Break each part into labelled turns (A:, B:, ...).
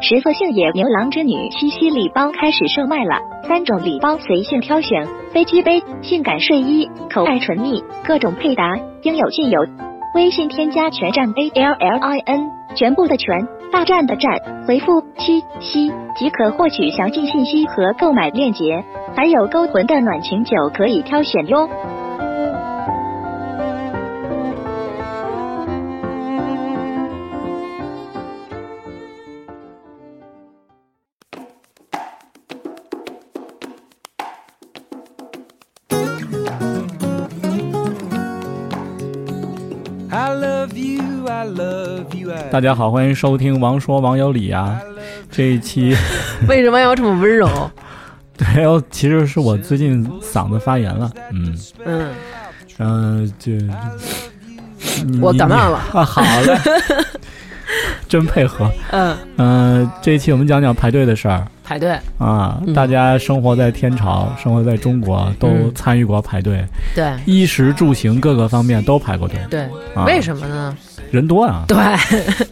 A: 石破杏也牛郎织女七夕礼包开始售卖了，三种礼包随性挑选：飞机杯、性感睡衣、口爱唇蜜，各种配搭应有尽有。微信添加全站 A L L I N，全部的全，大战的战，回复七夕即可获取详细信息和购买链接。还有勾魂的暖情酒可以挑选哟。
B: I love you, I love you, I
C: 大家好，欢迎收听《王说王有理》 啊！这一期，
D: 为什么要这么温柔？
C: 对，哦其实是我最近嗓子发炎了，嗯，
D: 嗯，
C: 嗯、就 你
D: 我感冒了
C: 你啊，好 嘞，真配合。
D: 嗯，
C: 嗯、这一期我们讲讲排队的事儿
D: 排队，
C: 啊，
D: 嗯
C: 大家生活在天朝，生活在中国，都
D: 嗯
C: 参与过排队，
D: 对
C: 衣食住行各个方面都排过队，
D: 对，
C: 啊、
D: 为什么呢？
C: 人多啊？
D: 对，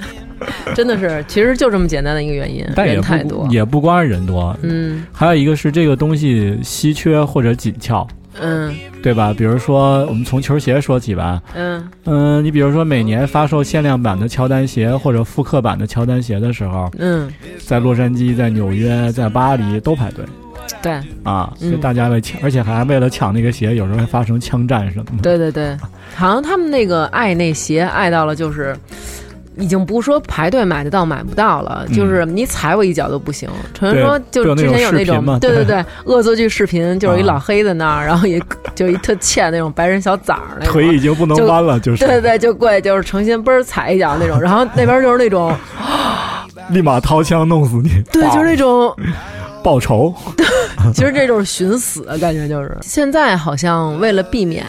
D: 真的是，其实就这么简单的一个原因，
C: 但也
D: 嗯人
C: 不
D: 太多。
C: 也不光是人多，
D: 嗯
C: 还有一个是这个东西稀缺或者紧俏。
D: 嗯
C: 对吧？比如说，我们从球鞋说起吧。
D: 嗯
C: 嗯、你比如说每年发售限量版的乔丹鞋或者复刻版的乔丹鞋的时候，
D: 嗯，
C: 在洛杉矶、在纽约、在巴黎都排队
D: 对
C: 啊，
D: 嗯
C: 所以大家为抢，而且还为了抢那个鞋，有时候还发生枪战什么的。
D: 对对对，好像他们那个爱那鞋爱到了就是。已经不说排队买得到买不到了，
C: 嗯
D: 就是你踩我一脚都不行。纯
C: 对
D: 说就
C: 不有那
D: 之前
C: 种
D: 有
C: 视
D: 那种
C: 频，嘛
D: 对
C: 对
D: 对，恶作剧视频，就是一
C: 啊
D: 老黑在那儿，然后也就一特欠那种白人小崽儿那种，
C: 腿已经不能
D: 就
C: 弯了，就是
D: 对对对，就跪，就是成心嘣儿踩一脚那种，然后那边就是那 种，
C: 立马掏枪弄死你，
D: 对，就是那种，
C: 报仇。
D: 其实这就是寻死，感觉就是。现在好像为了避免，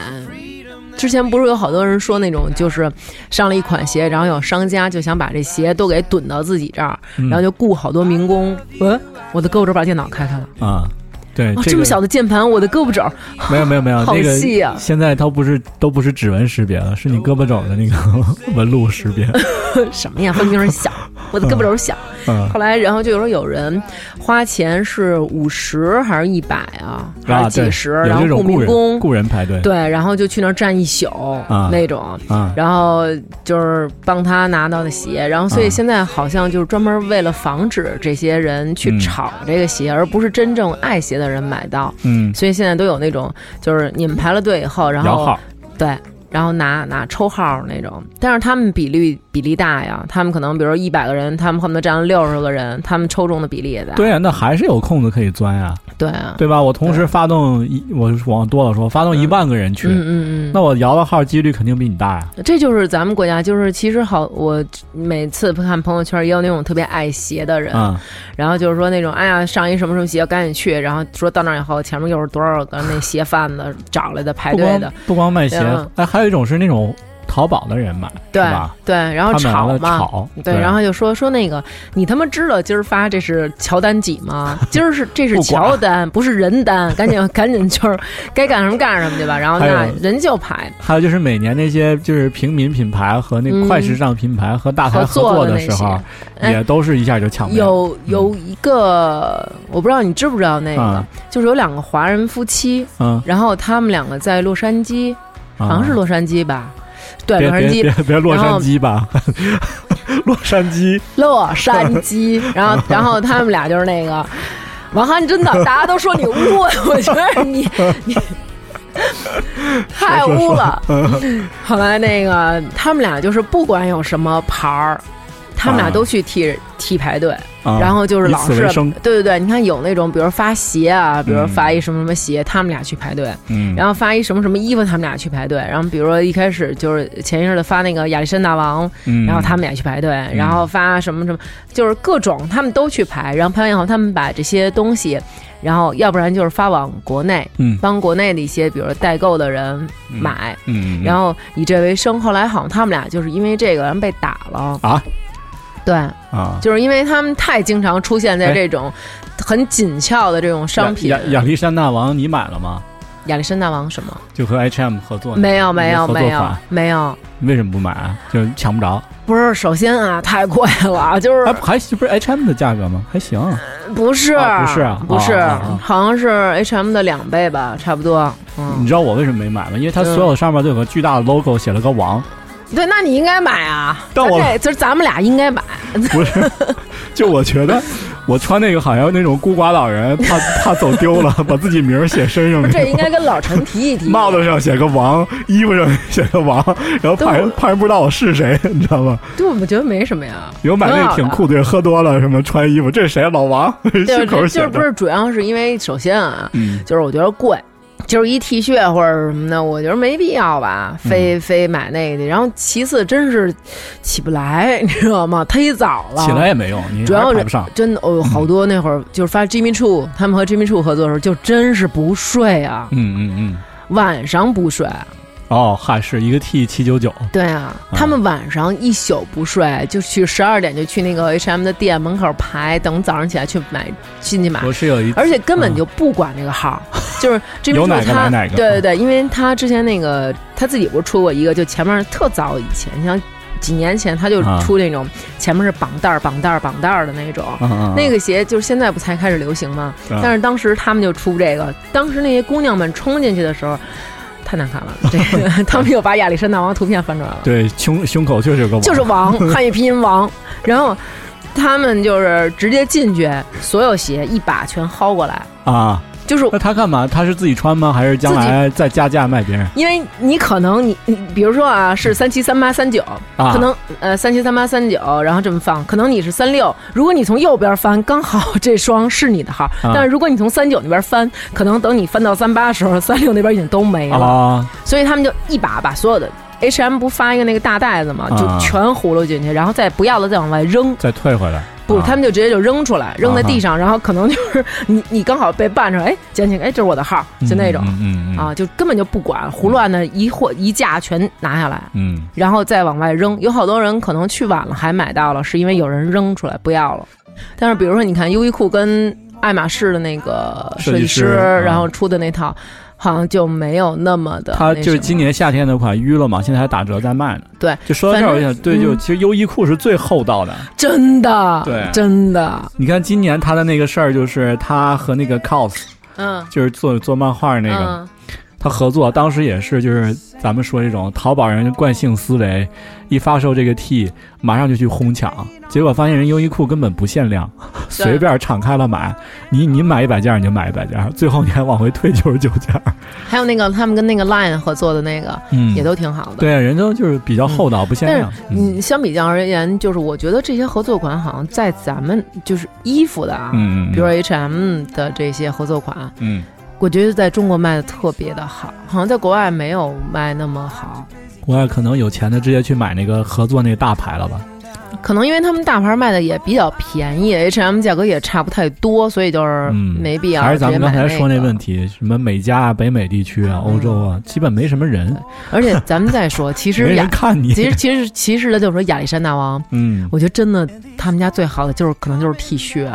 D: 之前不是有好多人说那种，就是上了一款鞋，然后有商家就想把这鞋都给怼到自己这儿，
C: 嗯
D: 然后就雇好多民工。嗯，我的胳膊肘把电脑开开了，
C: 啊，对，
D: 哦，这
C: 这
D: 么
C: 个
D: 小的键盘，我的胳膊肘，
C: 没有没有没有，
D: 好
C: 那个
D: 细啊
C: 现在它不是都不是指纹识别了，是你胳膊肘的 那个纹路识别。
D: 什么呀？分明是 小，我的胳膊肘小。
C: 嗯，
D: 后来，然后就有时候有人花钱是五十还是一百啊，还
C: 啊，
D: 是
C: 对，
D: 几十，
C: 有
D: 然后
C: 这种
D: 雇
C: 雇
D: 民
C: 人
D: 工，
C: 雇人排队，
D: 对，然后就去那儿站一宿、那种，
C: 啊，
D: 然后就是帮他拿到的鞋，然后所以
C: 啊
D: 现在好像就是专门为了防止这些人去
C: 嗯
D: 炒这个鞋，而不是真正爱鞋的人买到，
C: 嗯，
D: 所以现在都有那种就是你们排了队以后，啊然
C: 摇
D: 后
C: 号，
D: 对，然后拿拿抽号那种，但是他们比率比例大呀，他们可能比如一百个人，他们恨不得占了六十个人，他们抽中的比例也大，
C: 对啊，那还是有空子可以钻呀，
D: 对啊，
C: 对吧？我同时发动一，我往多了说，发动一万个人去，
D: 嗯嗯嗯，
C: 那我摇的号几率肯定比你大呀。
D: 这就是咱们国家，就是其实好，我每次看朋友圈也有那种特别爱鞋的人，
C: 啊，
D: 然后就是说那种哎呀上一什么什么鞋，赶紧去，然后说到那儿以后，前面又是多少个那鞋贩子找来的排
C: 不
D: 队
C: 光
D: 的，
C: 不光卖鞋
D: 嗯，
C: 哎，还有一种是那种淘宝的人买，
D: 对
C: 是吧？
D: 对，然后
C: 他买完
D: 吵
C: 了
D: 嘛。
C: 炒，
D: 对，然后就说说那个，你他妈知道今儿发这是乔丹几 吗？今儿是这是
C: 不管
D: 乔丹，不是人 丹，赶紧赶紧就是该干什么干什么去吧。然后
C: 还有
D: 那人就排
C: 还有就是每年那些就是平民品牌和那
D: 嗯
C: 快时尚品牌和大
D: 合
C: 牌合作
D: 的那
C: 时候
D: 些，，哎
C: 也都是一下就抢没了。
D: 有有一个，我不知道你知不知道那个，
C: 啊
D: 就是有两个华人夫妻，
C: 嗯，
D: 然后他们两个在洛杉矶，好像是
C: 啊
D: 洛杉矶吧？对，
C: 别
D: 洛杉
C: 别
D: 矶，
C: 别别洛
D: 然
C: 杉
D: 后
C: 矶吧，洛杉矶
D: 洛杉 矶。然后，然后他们俩就是那个王涵，真的，大家都说你污，我觉得你 你。太
C: 嗯
D: 污了！后来那个他们俩就是不管有什么牌儿，他们俩都去替替排队，
C: 啊
D: 然后就是
C: 以
D: 老
C: 此
D: 是
C: 为生，
D: 对对对，你看有那种，比如发鞋啊，比如
C: 嗯
D: 发一什么什么鞋，他们俩去排队，
C: 嗯，
D: 然后发一什么什么衣服，他们俩去排队。然后比如说一开始就是前一阵的发那个亚历山大王，
C: 嗯
D: 然后他们俩去排队，然后发什么什么，就是各种他们都去排。然后排完以后，他们把这些东西，然后要不然就是发往国内，
C: 嗯
D: 帮国内的一些比如说代购的人买，
C: 嗯，嗯
D: 然后以这为生。后来好像他们俩就是因为这个然后被打了
C: 啊，
D: 对，
C: 啊，
D: 就是因为他们太经常出现在
C: 哎
D: 这种很紧俏的这种商品。
C: 亚亚亚历山大王你买了吗？
D: 亚历山大王什么？
C: 就和 H&M 合作呢，
D: 没有没有
C: 合作
D: 没有
C: 款
D: 没有。
C: 你为什么不买啊？就抢不着，
D: 不是，首先啊，太贵了，就是
C: 还还不是 H&M 的价格吗？还行，
D: 不是、
C: 啊不是啊
D: 不是，
C: 啊啊啊
D: 好像是 H M 的两倍吧，差不多。嗯
C: 你，知道我为什么没买吗？因为它所有上面都有个巨大的 logo，写了个王，
D: 对，那你应该买啊。
C: 但我
D: 咱这就是咱们俩应该买，
C: 不是？ 就我觉得我穿那个好像那种孤寡老人，怕怕走丢了，把自己名儿写身上
D: 不
C: 面
D: 是，这应该跟老陈提 一提。
C: 帽子上写个王，衣服上 写个王，然后怕人怕人不知道我是谁，你知道吗？
D: 对，我们觉得没什么呀。
C: 有买那个挺酷的，喝多了什么穿衣服，这是谁？啊老王，
D: 对，
C: 胸口
D: 就
C: 写
D: 是
C: 的。
D: 不是，主要是因为首先啊，
C: 嗯
D: 就是我觉得贵，就是一 T 恤或者什么的，我觉得没必要吧，
C: 嗯
D: 非、非买那个去。然后其次，真是起不来，你知道吗？忒早了，
C: 起来也没用，你
D: 主要
C: 还
D: 是
C: 排不上。嗯
D: 真的，哦，好多那会儿就是发 Jimmy Choo，他们和 Jimmy Choo 合作的时候，就真是不睡啊，
C: 嗯嗯嗯。
D: 晚上不睡。
C: 哦，嗨，是一个 T 七九九。
D: 对啊，
C: 啊
D: 他们晚上一宿不睡，就去十二点就去那个 H&M 的店门口排，等早上起来去买进去买。
C: 我是有一
D: 而且根本就不管这个号，就是 Jimmy
C: 有
D: Choo
C: 哪个
D: 他，
C: 来哪个嗯
D: 对对对，因为他之前那个他自己不是出过一个，就前面特早以前，像几年前他就
C: 啊
D: 出那种、前面是绑带儿、绑带儿、绑带儿的那种，
C: 嗯嗯
D: 那个鞋就是现在不才开始流行吗？
C: 嗯
D: 但是当时他们就出这个，当时那些姑娘们冲进去的时候，太难看 了。这个他们又把亚历山大王图片翻出来了，
C: 对胸胸口确实有个王，
D: 就是王，汉语拼音王。然后他们就是直接进去，所有鞋一把全薅过来，
C: 啊。
D: 就是
C: 那他干嘛？他是自己穿吗？还是将来再加价卖别人
D: 因为你可能你你比如说啊是三七三八三九，
C: 嗯啊？
D: 可能呃三七三八三九，然后这么放，可能你是三六，如果你从右边翻，刚好这双是你的号，
C: 啊
D: 但是如果你从三九那边翻，可能等你翻到三八的时候，三六那边已经都没了，
C: 啊，
D: 所以他们就一把把所有的 H M 不发一个那个大袋子嘛，就
C: 啊
D: 全葫芦进去，然后再不要了再往外扔。
C: 再退回来。
D: 不，
C: 啊
D: 他们就直接就扔出来，扔在地上，然后可能就是 你你刚好被绊上，哎，捡起来，哎，这是我的号，就那种、
C: 嗯嗯嗯嗯
D: 啊，就根本就不管，胡乱的一货一架全拿下来。
C: 嗯，
D: 然后再往外扔。有好多人可能去晚了还买到了，是因为有人扔出来不要了。但是比如说，你看优衣库跟爱马仕的那个设计
C: 设计师嗯
D: 然后出的那套，好像就没有那么的那什
C: 他
D: 么。
C: 就是今年夏天那款淤了嘛，现在还打折在卖呢。
D: 对，
C: 就说到这儿，我
D: 反
C: 想
D: 正
C: 对，就
D: 嗯
C: 其实优衣库是最厚道的。
D: 真的，
C: 对
D: 真的，
C: 你看今年他的那个事儿，就是他和那个 cos，
D: 嗯，
C: 就是做做漫画那个，
D: 嗯
C: 他合作，当时也是就是咱们说这种淘宝人惯性思维，一发售这个 T，马上就去哄抢，结果发现人优衣库根本不限量，随便敞开了买，你你买一百件你就买一百件，最后你还往回退九十九件，
D: 还有那个他们跟那个 Line 合作的那个、
C: 嗯
D: 也都挺好的。
C: 对，人都就是比较厚道，不限
D: 但是
C: 量，，嗯
D: 嗯，相比较而言，就是我觉得这些合作款好像在咱们就是衣服的啊，
C: 嗯，
D: 比如说 H&M 的这些合作款，
C: 嗯，
D: 我觉得在中国卖的特别的好，好像在国外没有卖那么好，
C: 我也可能有钱的直接去买那个合作那个大牌了吧，
D: 可能因为他们大牌卖的也比较便宜，H&M 价格也差不太多，所以就是
C: 嗯
D: 没必要、
C: 还是咱们刚才说
D: 那嗯
C: 那问
D: 题。
C: 题， 什么美加啊、北美地区啊、欧洲啊，基本没什么人，
D: 而且咱们再说，其
C: 没
D: 实
C: 人
D: 亚，
C: 看你，
D: 其实其实其实的就是说亚历山大王，
C: 嗯
D: 我觉得真的他们家最好的就是可能就是 T 恤，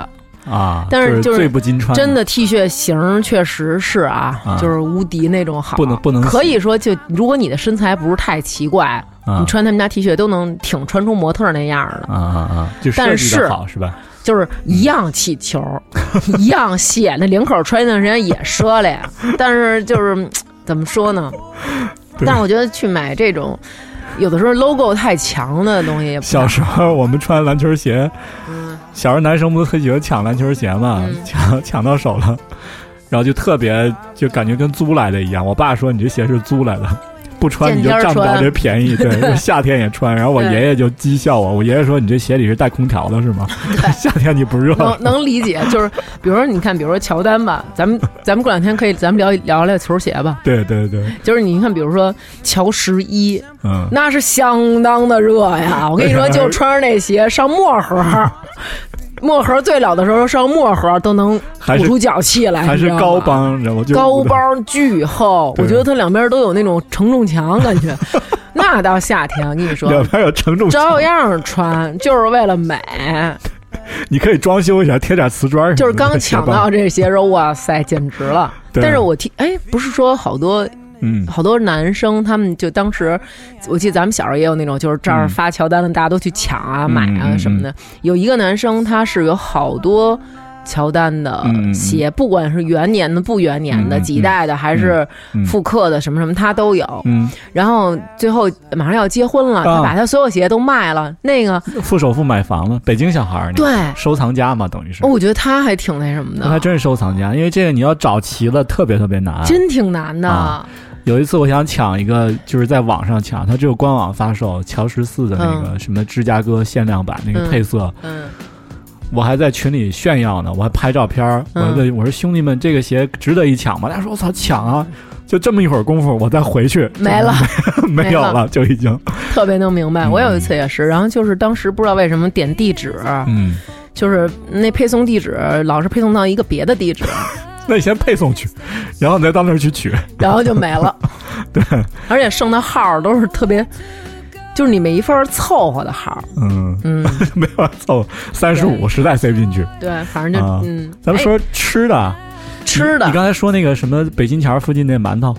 C: 啊，
D: 但是
C: 就
D: 就是
C: 最不经穿，
D: 真的 T 恤型儿确实是啊，
C: 啊
D: 就是无敌那种好，
C: 不能不能
D: 可以说就如果你的身材不是太奇怪，
C: 啊
D: 你穿他们家 T 恤都能挺穿出模特儿那样儿的。
C: 啊啊啊，就设
D: 但
C: 计的
D: 是
C: 好是吧？
D: 就是一样气 球，一样蟹，那领口穿一段时间也折了 呀。但是就是嗯怎么说呢？
C: 对
D: 但是我觉得去买这种，有的时候 logo 太强的东西也不
C: 小时候我们穿篮球鞋，小时候男生不都特喜欢抢篮球鞋嘛，
D: 嗯
C: 抢 抢到手了，然后就特别就感觉跟租来的一样。我爸说你这鞋是租来的，不穿
D: 见
C: 你就
D: 嗯天儿
C: 占不到
D: 穿
C: 这便宜。对， 就夏天也穿。然后我
D: 对
C: 爷爷就讥笑我，我爷爷说你这鞋里是带空调的 是吗？夏天你不热？
D: 能能理解，就是比如说，你看，比如说乔丹吧，咱们咱们过两天可以咱们聊一聊聊球鞋吧。
C: 对对对，
D: 就是你看，比如说乔十一，
C: 嗯，
D: 那是相当的热呀！我跟你说，就穿着那鞋上漠河，漠河最冷的时候上漠河都能
C: 还
D: 鼓
C: 是
D: 出脚气来，
C: 还
D: 你
C: 是
D: 知道
C: 高
D: 吗。
C: 帮，然后就
D: 哎高帮巨厚，
C: 对
D: 我觉得它两边都有那种承重墙感 觉。那到夏天，我跟你说，
C: 两边有承重墙，
D: 照样穿，就是为了美。
C: 你可以装修一下，贴点瓷 砖什么的。
D: 就是刚抢到
C: 鞋
D: 这鞋时候，哇塞，简直了！
C: 对
D: 但是我听，哎，不是说好多
C: 帮，嗯，
D: 好多男生，他们就当时，我记得咱们小时候也有那种，就是这儿
C: 嗯
D: 发乔丹的，大家都去抢啊、买
C: 嗯
D: 啊
C: 嗯
D: 什么的。有一个男生，他是有好多乔丹的
C: 嗯嗯嗯
D: 鞋，不管是元年的、不元年的、
C: 嗯嗯
D: 几代的，还是
C: 嗯
D: 复刻的，什么什么，他都有。
C: 嗯，
D: 然后最后马上要结婚了，他
C: 啊嗯
D: 把他所有鞋都卖了。那个
C: 付首付买房了，北京小孩儿，
D: 对，
C: 收藏家嘛，等于是
D: 哦，。我觉得他还挺那什么
C: 那还
D: 的，
C: 真是收藏家，因为这个你要找齐了，特别特别难。
D: 真挺难的。
C: 啊有一次我想抢一个，就是在网上抢，它只有官网发售，乔十四的那个什么芝加哥限量版那个配色，
D: 嗯，
C: 我还在群里炫耀呢，我还拍照片儿，我还
D: 嗯
C: 问我说兄弟们，这个鞋值得一抢吗？大家说我操抢啊！就这么一会儿功夫，我再回去
D: 没了，
C: 没
D: 没
C: 有
D: 了
C: 了，就已经
D: 特别能明白。
C: 嗯
D: 我有一次也是，然后就是当时不知道为什么点地址，
C: 嗯，
D: 就是那配送地址老是配送到一个别的地址，
C: 那你先配送去，然后你再到那儿去取，
D: 然后就没 了。对，而且剩的号儿都是特别，就是你没法儿凑合的号儿。
C: 嗯，
D: 嗯，
C: 没法凑三十五，实在塞不进去。
D: 对，反正就、
C: 啊
D: 嗯，
C: 咱们说吃的啊，
D: 哎吃
C: 你
D: 的
C: 你，刚才说那个什么北京桥附近那馒头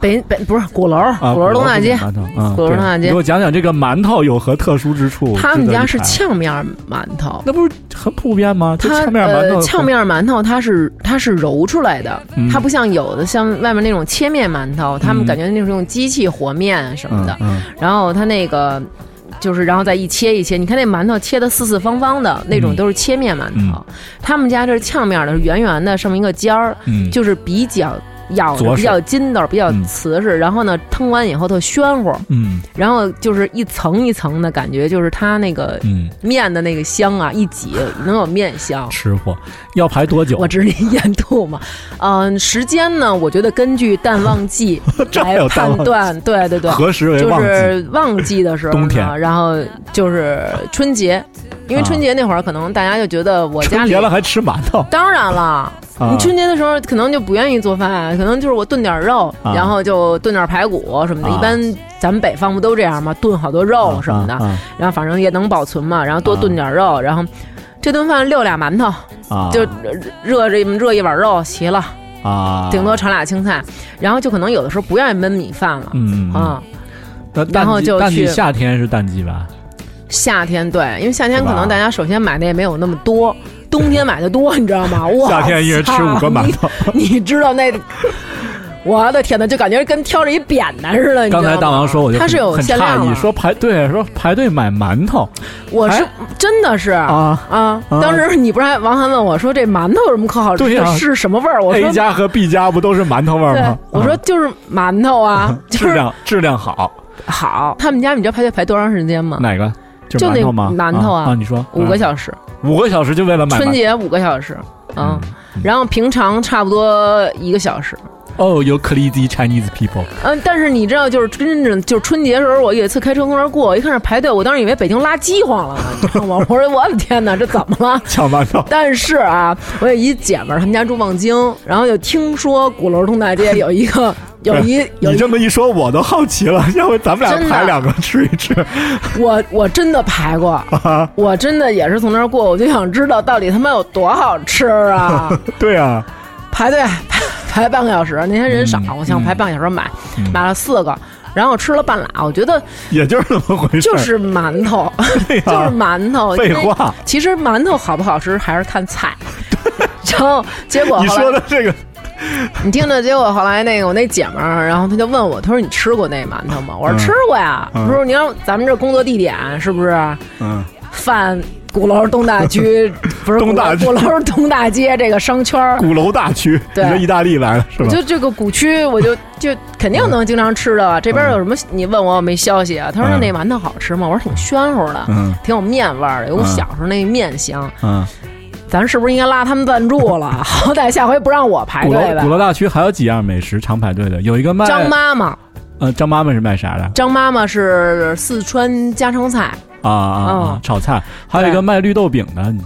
D: 北北不是鼓楼，
C: 啊，
D: 鼓楼东大街。
C: 鼓楼附近馒头，啊
D: 鼓楼东大街
C: 对你给我讲讲这个馒头有何特殊之处？
D: 他们家是
C: 值得一谈，
D: 呛面儿馒头，
C: 那不是很普遍吗？就
D: 它
C: 呛面馒头，
D: 呃，呛面儿馒头它是它是揉出来的，
C: 嗯
D: 它不像有的像外面那种切面馒头，他们
C: 嗯
D: 感觉那种用机器和面什么
C: 嗯
D: 的。
C: 嗯
D: 然后它那个就是，然后再一切一切，你看那馒头切的四四方方的那种
C: 嗯
D: 都是切面馒头
C: 嗯，
D: 他们家这是呛面儿的，是圆圆的，上面一个尖儿，
C: 嗯，
D: 就是比较。咬
C: 着
D: 着比较筋道，比较
C: 嗯
D: 瓷实，然后呢，腾完以后特暄乎，
C: 嗯
D: 然后就是一层一层的感觉，就是它那个
C: 嗯，
D: 面的那个香啊，一挤能有面香。
C: 吃货要排多久？
D: 我知你咽吐嘛，嗯、时间呢？我觉得根据淡旺季
C: 这还
D: 来
C: 有淡
D: 判
C: 旺季
D: 断，对对对，
C: 何时为
D: 就
C: 旺季？
D: 是旺季的时候呢，
C: 冬天
D: 然后就是春节，因为
C: 啊
D: 春节那会儿可能大家就觉得我家
C: 春
D: 里
C: 节了还吃馒头？
D: 当然了，
C: 啊
D: 你春节的时候可能就不愿意做饭，可能就是我炖点肉，
C: 啊
D: 然后就炖点排骨什么的。
C: 啊
D: 一般咱们北方不都这样吗？炖好多肉什么的，
C: 啊啊
D: 然后反正也能保存嘛，然后多
C: 啊
D: 炖点肉，然后这顿饭六俩馒头，
C: 啊，
D: 就热这热一碗肉齐了，
C: 啊，
D: 顶多炒俩青菜，然后就可能有的时候不愿意焖米饭了。
C: 嗯嗯
D: 啊，
C: 那
D: 然后
C: 淡季
D: 就
C: 淡季
D: 去
C: 夏天是淡季吧？
D: 夏天对，因为夏天
C: 是
D: 可
C: 吧
D: 能大家首先买的也没有那么多，冬天买的多，你知道 吗？哇，
C: 夏天一人吃五个馒头。
D: 你， 你知道那，我的天呐，就感觉跟挑着一扁担似的。你知道
C: 刚
D: 吗
C: 才大王说，我就
D: 它是有
C: 很
D: 限量
C: 诧
D: 的
C: 异，说排对，说排队买馒头
D: 我是
C: 哎
D: 真的是啊。
C: 啊啊
D: 当时你不是还王涵问我说这馒头有什么可好吃
C: 对
D: 的
C: 呀哎
D: 是什么味儿？我说
C: ，A 加和 B 加不都是馒头味儿
D: 对
C: 吗？，啊
D: 我说就是馒头 啊，就
C: 质
D: 是啊
C: 量质量好，
D: 好。他们家你知道排队排多长时间吗？
C: 哪个？就
D: 就那
C: 馒头吗？
D: 馒头啊
C: 啊！你说
D: 五个
C: 嗯
D: 小时，
C: 五个小时就为了买
D: 春
C: 馒
D: 节五个小时，嗯
C: 嗯，嗯
D: 然后平常差不多一个小时。
C: 哦，有 crazy Chinese people，
D: 嗯，但是你知道，就是真正就是春节的时候，我有一次开车从那儿过，一看这排队，我当时以为北京拉饥荒了呢，你知道吗？我说我的天哪，这怎么了？
C: 抢馒头
D: 但是啊，我有一姐们儿，他们家住望京，然后就听说鼓楼东大街有一 个有一 有
C: 你
D: 一，
C: 这么一说，我都好奇了，要不咱们
D: 真
C: 俩
D: 的
C: 排两个吃一吃？
D: 我我真的排
C: 啊
D: 过，我真的也是从那儿过，我就想知道到底他妈有多好吃啊！
C: 对啊，
D: 排队排 排半个小时，那天人少，
C: 嗯
D: 我想排半个小时买，
C: 嗯
D: 买了四个，然后吃了半拉，我觉得
C: 也 就是那么回事
D: 就
C: 儿，
D: 是馒头，
C: 对
D: 就是
C: 呀，
D: 馒 头。
C: 废
D: 因为
C: 话，
D: 其实馒头好不好吃还是看菜。 然后结果
C: 你
D: 后
C: 说
D: 来
C: 的这个
D: 你听着，结果后来那个我那姐们儿，然后她就问我，她说你吃过那馒头吗？我说
C: 嗯
D: 吃过呀。她
C: 嗯
D: 说你看咱们这工作地点是不是
C: 嗯。
D: 犯鼓楼东大区不是
C: 东 大
D: 鼓楼鼓楼东大街这个商圈儿，
C: 鼓楼大区，
D: 对
C: 你说意大利来了是
D: 我
C: 吧？
D: 就这个古区，我就就肯定能经常吃的。这边有什么？你问我，我没消息啊。他说
C: 嗯
D: 那馒头好吃吗？我说挺暄乎的，
C: 嗯
D: 挺有面味儿的，有股
C: 嗯
D: 小时候那面香。
C: 嗯，
D: 咱是不是应该拉他们赞助 了？好歹下回不让我排
C: 鼓
D: 队
C: 楼
D: 吧
C: 鼓。楼大区还有几样美食常排队的，有一个卖
D: 张妈妈，
C: 呃张妈妈是卖啥的
D: 张妈妈是四川家常菜，
C: 啊啊
D: 哦
C: 啊炒菜，还有一
D: 对
C: 个卖绿豆饼的，你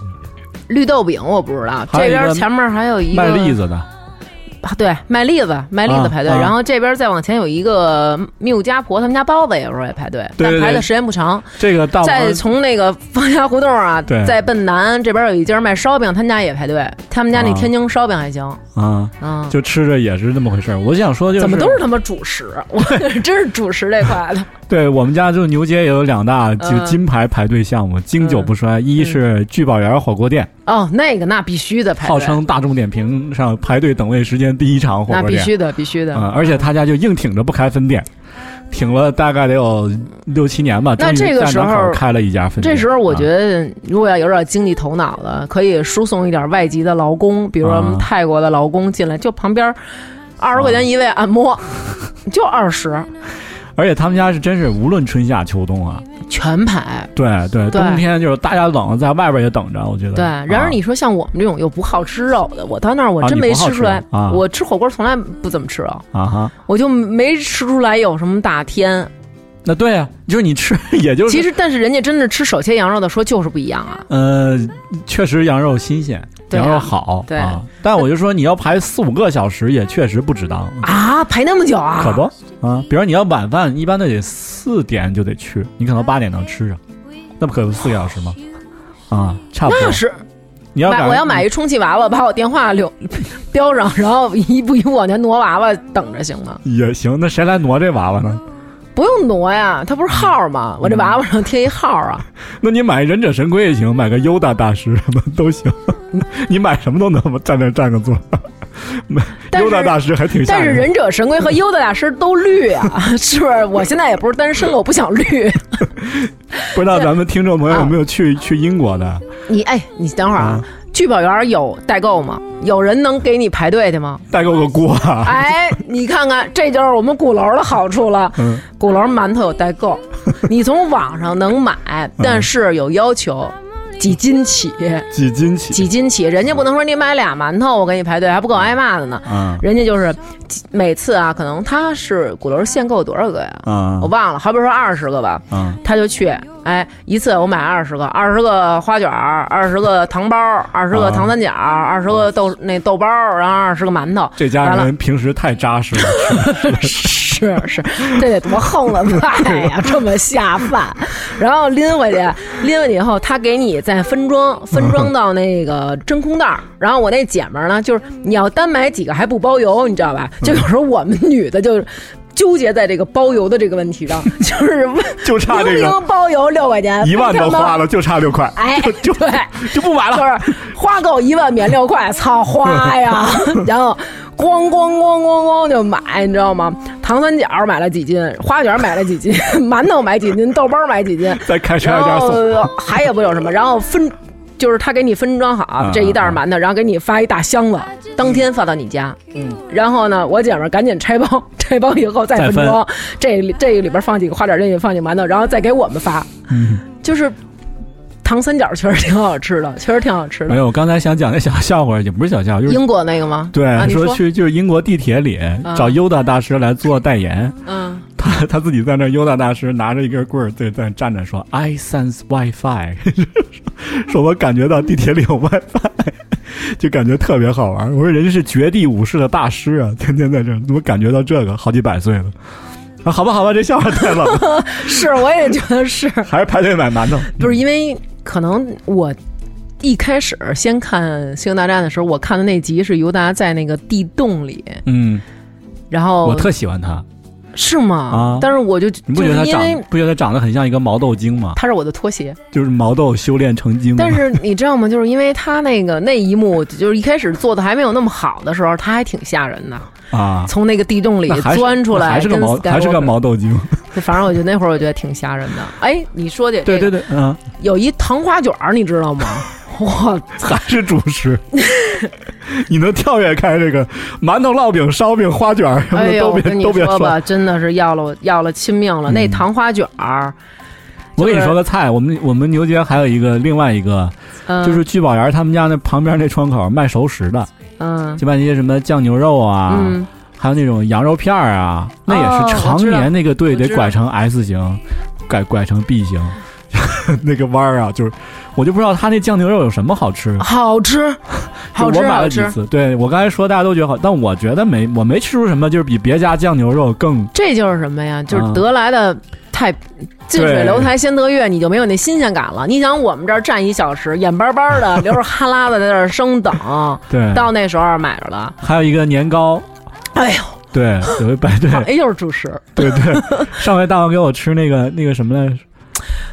D: 绿豆饼我不知道。
C: 还
D: 这
C: 有一个
D: 边前面还有一个
C: 卖栗子的
D: 啊对，卖栗子，卖栗子
C: 啊
D: 排队。
C: 啊
D: 然后这边再往前有一个缪家婆，他们家包子有时候也排队，
C: 对对
D: 但排的
C: 对
D: 时间不长。
C: 这个大
D: 再
C: 王
D: 从那个方家胡同啊，
C: 啊对
D: 再奔南这边有一家卖烧饼，他们家也排队，他们家那
C: 啊
D: 天津烧饼还行，
C: 啊，
D: 嗯。
C: 就吃着也是那么回事儿。我想说就是
D: 怎么都是他妈主食？我 真是主食这块的。
C: 对我们家就牛街也有两大就
D: 嗯
C: 金牌排队项目，经久不衰。一是聚宝园火锅店，
D: 哦，那个那必须的排队，
C: 号称大众点评上排队等位时间第一长火
D: 那
C: 锅
D: 必
C: 店，
D: 须的，必须的。
C: 嗯，而且他家就硬挺着不开分店，挺了大概得有六七年吧。
D: 那
C: 终于
D: 这个
C: 在
D: 时候
C: 门口开了一家分店，
D: 这时候我觉
C: 啊
D: 得，如果要有点经济头脑的，可以输送一点外籍的劳工，比如说我们
C: 啊
D: 泰国的劳工进来，就旁边二十块钱一位按摩，就二十，
C: 而且他们家是真是无论春夏秋冬啊，
D: 全排。
C: 对对，
D: 对
C: 冬天就是大家冷，在外边也等着，我觉得。
D: 对，然而
C: 啊
D: 你说像我们这种又不好吃肉的，我到那儿我
C: 啊
D: 真
C: 你
D: 没
C: 不好
D: 吃出来
C: 吃，啊
D: 我吃火锅从来不怎么吃肉，
C: 啊哈，
D: 我就没吃出来有什么大天。
C: 那对啊，就是你吃， 也就是
D: 其实，但是人家真的吃手切羊肉的说就是不一样啊。
C: 呃，确实羊肉新鲜，
D: 对啊
C: 羊肉好，
D: 对
C: 啊。但我就说你要排四五个小时，也确实不值当，
D: 啊，排那么久啊？
C: 嗯可不啊。比如你要晚饭，一般都得四点就得去，你可能八点能吃上，那不可不四个小时吗？啊，差不多
D: 那。是
C: 你要
D: 买
C: 赶
D: 我要买一充气娃娃，把我电话留标上，然后一步一步往前挪娃娃，等着行吗？
C: 也行，那谁来挪这娃娃呢？
D: 不用挪呀，它不是号吗？
C: 嗯
D: 我这娃娃上贴一号啊，
C: 那你买忍者神龟也行，买个优大大师什么都行， 你买什么都能站那儿占个座。
D: 但是
C: 优大大师还挺吓
D: 但是
C: 人的，
D: 忍者神龟和优的大师都绿啊， 是不是？我现在也不是单身了，我不想绿。
C: 不知道咱们听众朋友有没有
D: 啊
C: 去去英国的？
D: 你哎，你等会儿啊，聚宝园有代购吗？有人能给你排队去吗？
C: 代购个锅啊，
D: 哎，你看看，这就是我们鼓楼的好处了。
C: 嗯
D: 鼓楼馒头有代 购，你从网上能买，
C: 嗯
D: 但是有要求，几斤起，
C: 几斤起？
D: 几斤起，人家不能说你买俩馒头，我给你排队还不够挨骂的呢。
C: 啊
D: 人家就是几每次啊，可能他是鼓楼限购多少个呀？
C: 啊
D: 我忘了，好比说二十个吧，
C: 啊！
D: 他就去，哎，一次我买二十个，二十个花卷儿，二十个糖包，二十个
C: 啊
D: 糖三角，二十个豆那豆包，然后二十个馒头。
C: 这家
D: 完了
C: 人平时太 扎实
D: 是
C: 了，
D: 是，这得多横了卖 呀、这么下饭，然后拎回去，拎回去以后，他给你再分装，分装 到那个真空袋儿。然后我那姐们儿呢，就是你要单买几个还不包邮，你知道吧？就有时候我们女的就是。纠结在这个包邮的这个问 题上，就是
C: 就差这个
D: 明明包邮六块钱，
C: 一万
D: 非
C: 都
D: 他妈
C: 花了，就差六块，
D: 哎，
C: 就就
D: 对，
C: 就不买了。
D: 就是花够一万免六块，操花 呀！然后咣咣咣咣咣就买，你知道吗？糖三角买了几斤，花卷买了几斤，馒头买几斤，豆包买几斤，
C: 再开车
D: 然
C: 家
D: 后
C: 送，
D: 还也不有什么，然后分。就是他给你分装好啊
C: 嗯
D: 这一袋馒头，然后给你发一大箱子，当天发到你家。嗯，然后呢，我姐们儿赶紧拆包， 拆包以后再
C: 再
D: 分
C: 分
D: 装，这里这里边放几个花卷，这里放几个馒头，然后再给我们发。
C: 嗯，
D: 就是糖三角确实挺好吃的，确实挺好吃的
C: 没。有。我刚才想讲那小笑话，也不是小笑话，哎就是
D: 英国那个吗？
C: 对、
D: 啊、你啊
C: 说去就是英国地铁里找优大大师来做代言，
D: 嗯，
C: 他他自己在那儿优大大师拿着一根棍儿在在站着说 I sense WiFi，说我感觉到地铁里有 WiFi，就感觉特别好玩。我说人家是绝地武士的大师啊，天天在这儿，怎么感觉到这个好几百岁了？啊，好吧，好吧，这笑话太冷了，
D: 是，我也觉得是，
C: 还是排队买馒头。
D: 不是因为可能我一开始先看《星球大战》的时候，我看的那集是尤达在那个地洞里，
C: 嗯，
D: 然后
C: 我特喜欢他，
D: 是吗？
C: 啊
D: 但是我哦就
C: 你不觉得他
D: 就是因为
C: 长不觉得他长得很像一个毛豆精吗？
D: 他是我的拖鞋，
C: 就是毛豆修炼成精吗。
D: 但是你知道吗？就是因为他那个那一幕，就是一开始做的还没有那么好的时候，他还挺吓人的，
C: 啊，
D: 从那个地洞里
C: 那还是
D: 钻出来，
C: 那还是个
D: 跟
C: 毛，还是个
D: Skywalker
C: 毛豆精。
D: 反正我觉得那会儿我觉得挺吓人的。哎，你说起这
C: 对
D: 个
C: 对对，嗯，
D: 有一糖花卷儿，你知道吗？哇，
C: 还是主食。 你能跳跃开这个馒头、烙饼、烧饼、花卷儿什么
D: 哎
C: 的
D: 呦，
C: 都
D: 我跟
C: 别
D: 你
C: 都别
D: 说
C: 说。嗯
D: 吧，真的是要了我要了亲命了。那糖花卷儿，
C: 我跟你说个菜，我们我们牛街还有一个另外一个，
D: 嗯，
C: 就是聚宝园他们家那旁边那窗口卖熟食的，
D: 嗯
C: 就卖那些什么酱牛肉啊，
D: 嗯，
C: 还有那种羊肉片儿啊，那也是
D: 哦
C: 常
D: 我知道
C: 年那个队
D: 我知
C: 得
D: 道
C: 拐成 S 型，拐拐成 B 型， 那个弯儿啊，就是我就不知道他那酱牛肉有什么好吃。
D: 好 吃，好吃，
C: 就我买
D: 好
C: 了几
D: 吃。
C: 次，对我刚才说大家都觉得好，但我觉得没我没吃出什么，就是比别家酱牛肉更
D: 这就是什么呀？就是
C: 嗯
D: 得来的太近水
C: 对
D: 楼台先得月，你就没有那新鲜感了。你想我们这儿站一小时，眼巴巴 的流着哈喇子在这儿生等，
C: 对。
D: 到那时候买着 了，
C: 还有一个年糕，
D: 哎呦，
C: 对，有一 摆对
D: 哎又是主食，
C: 对对，上回大王给我吃那个那个什么来着，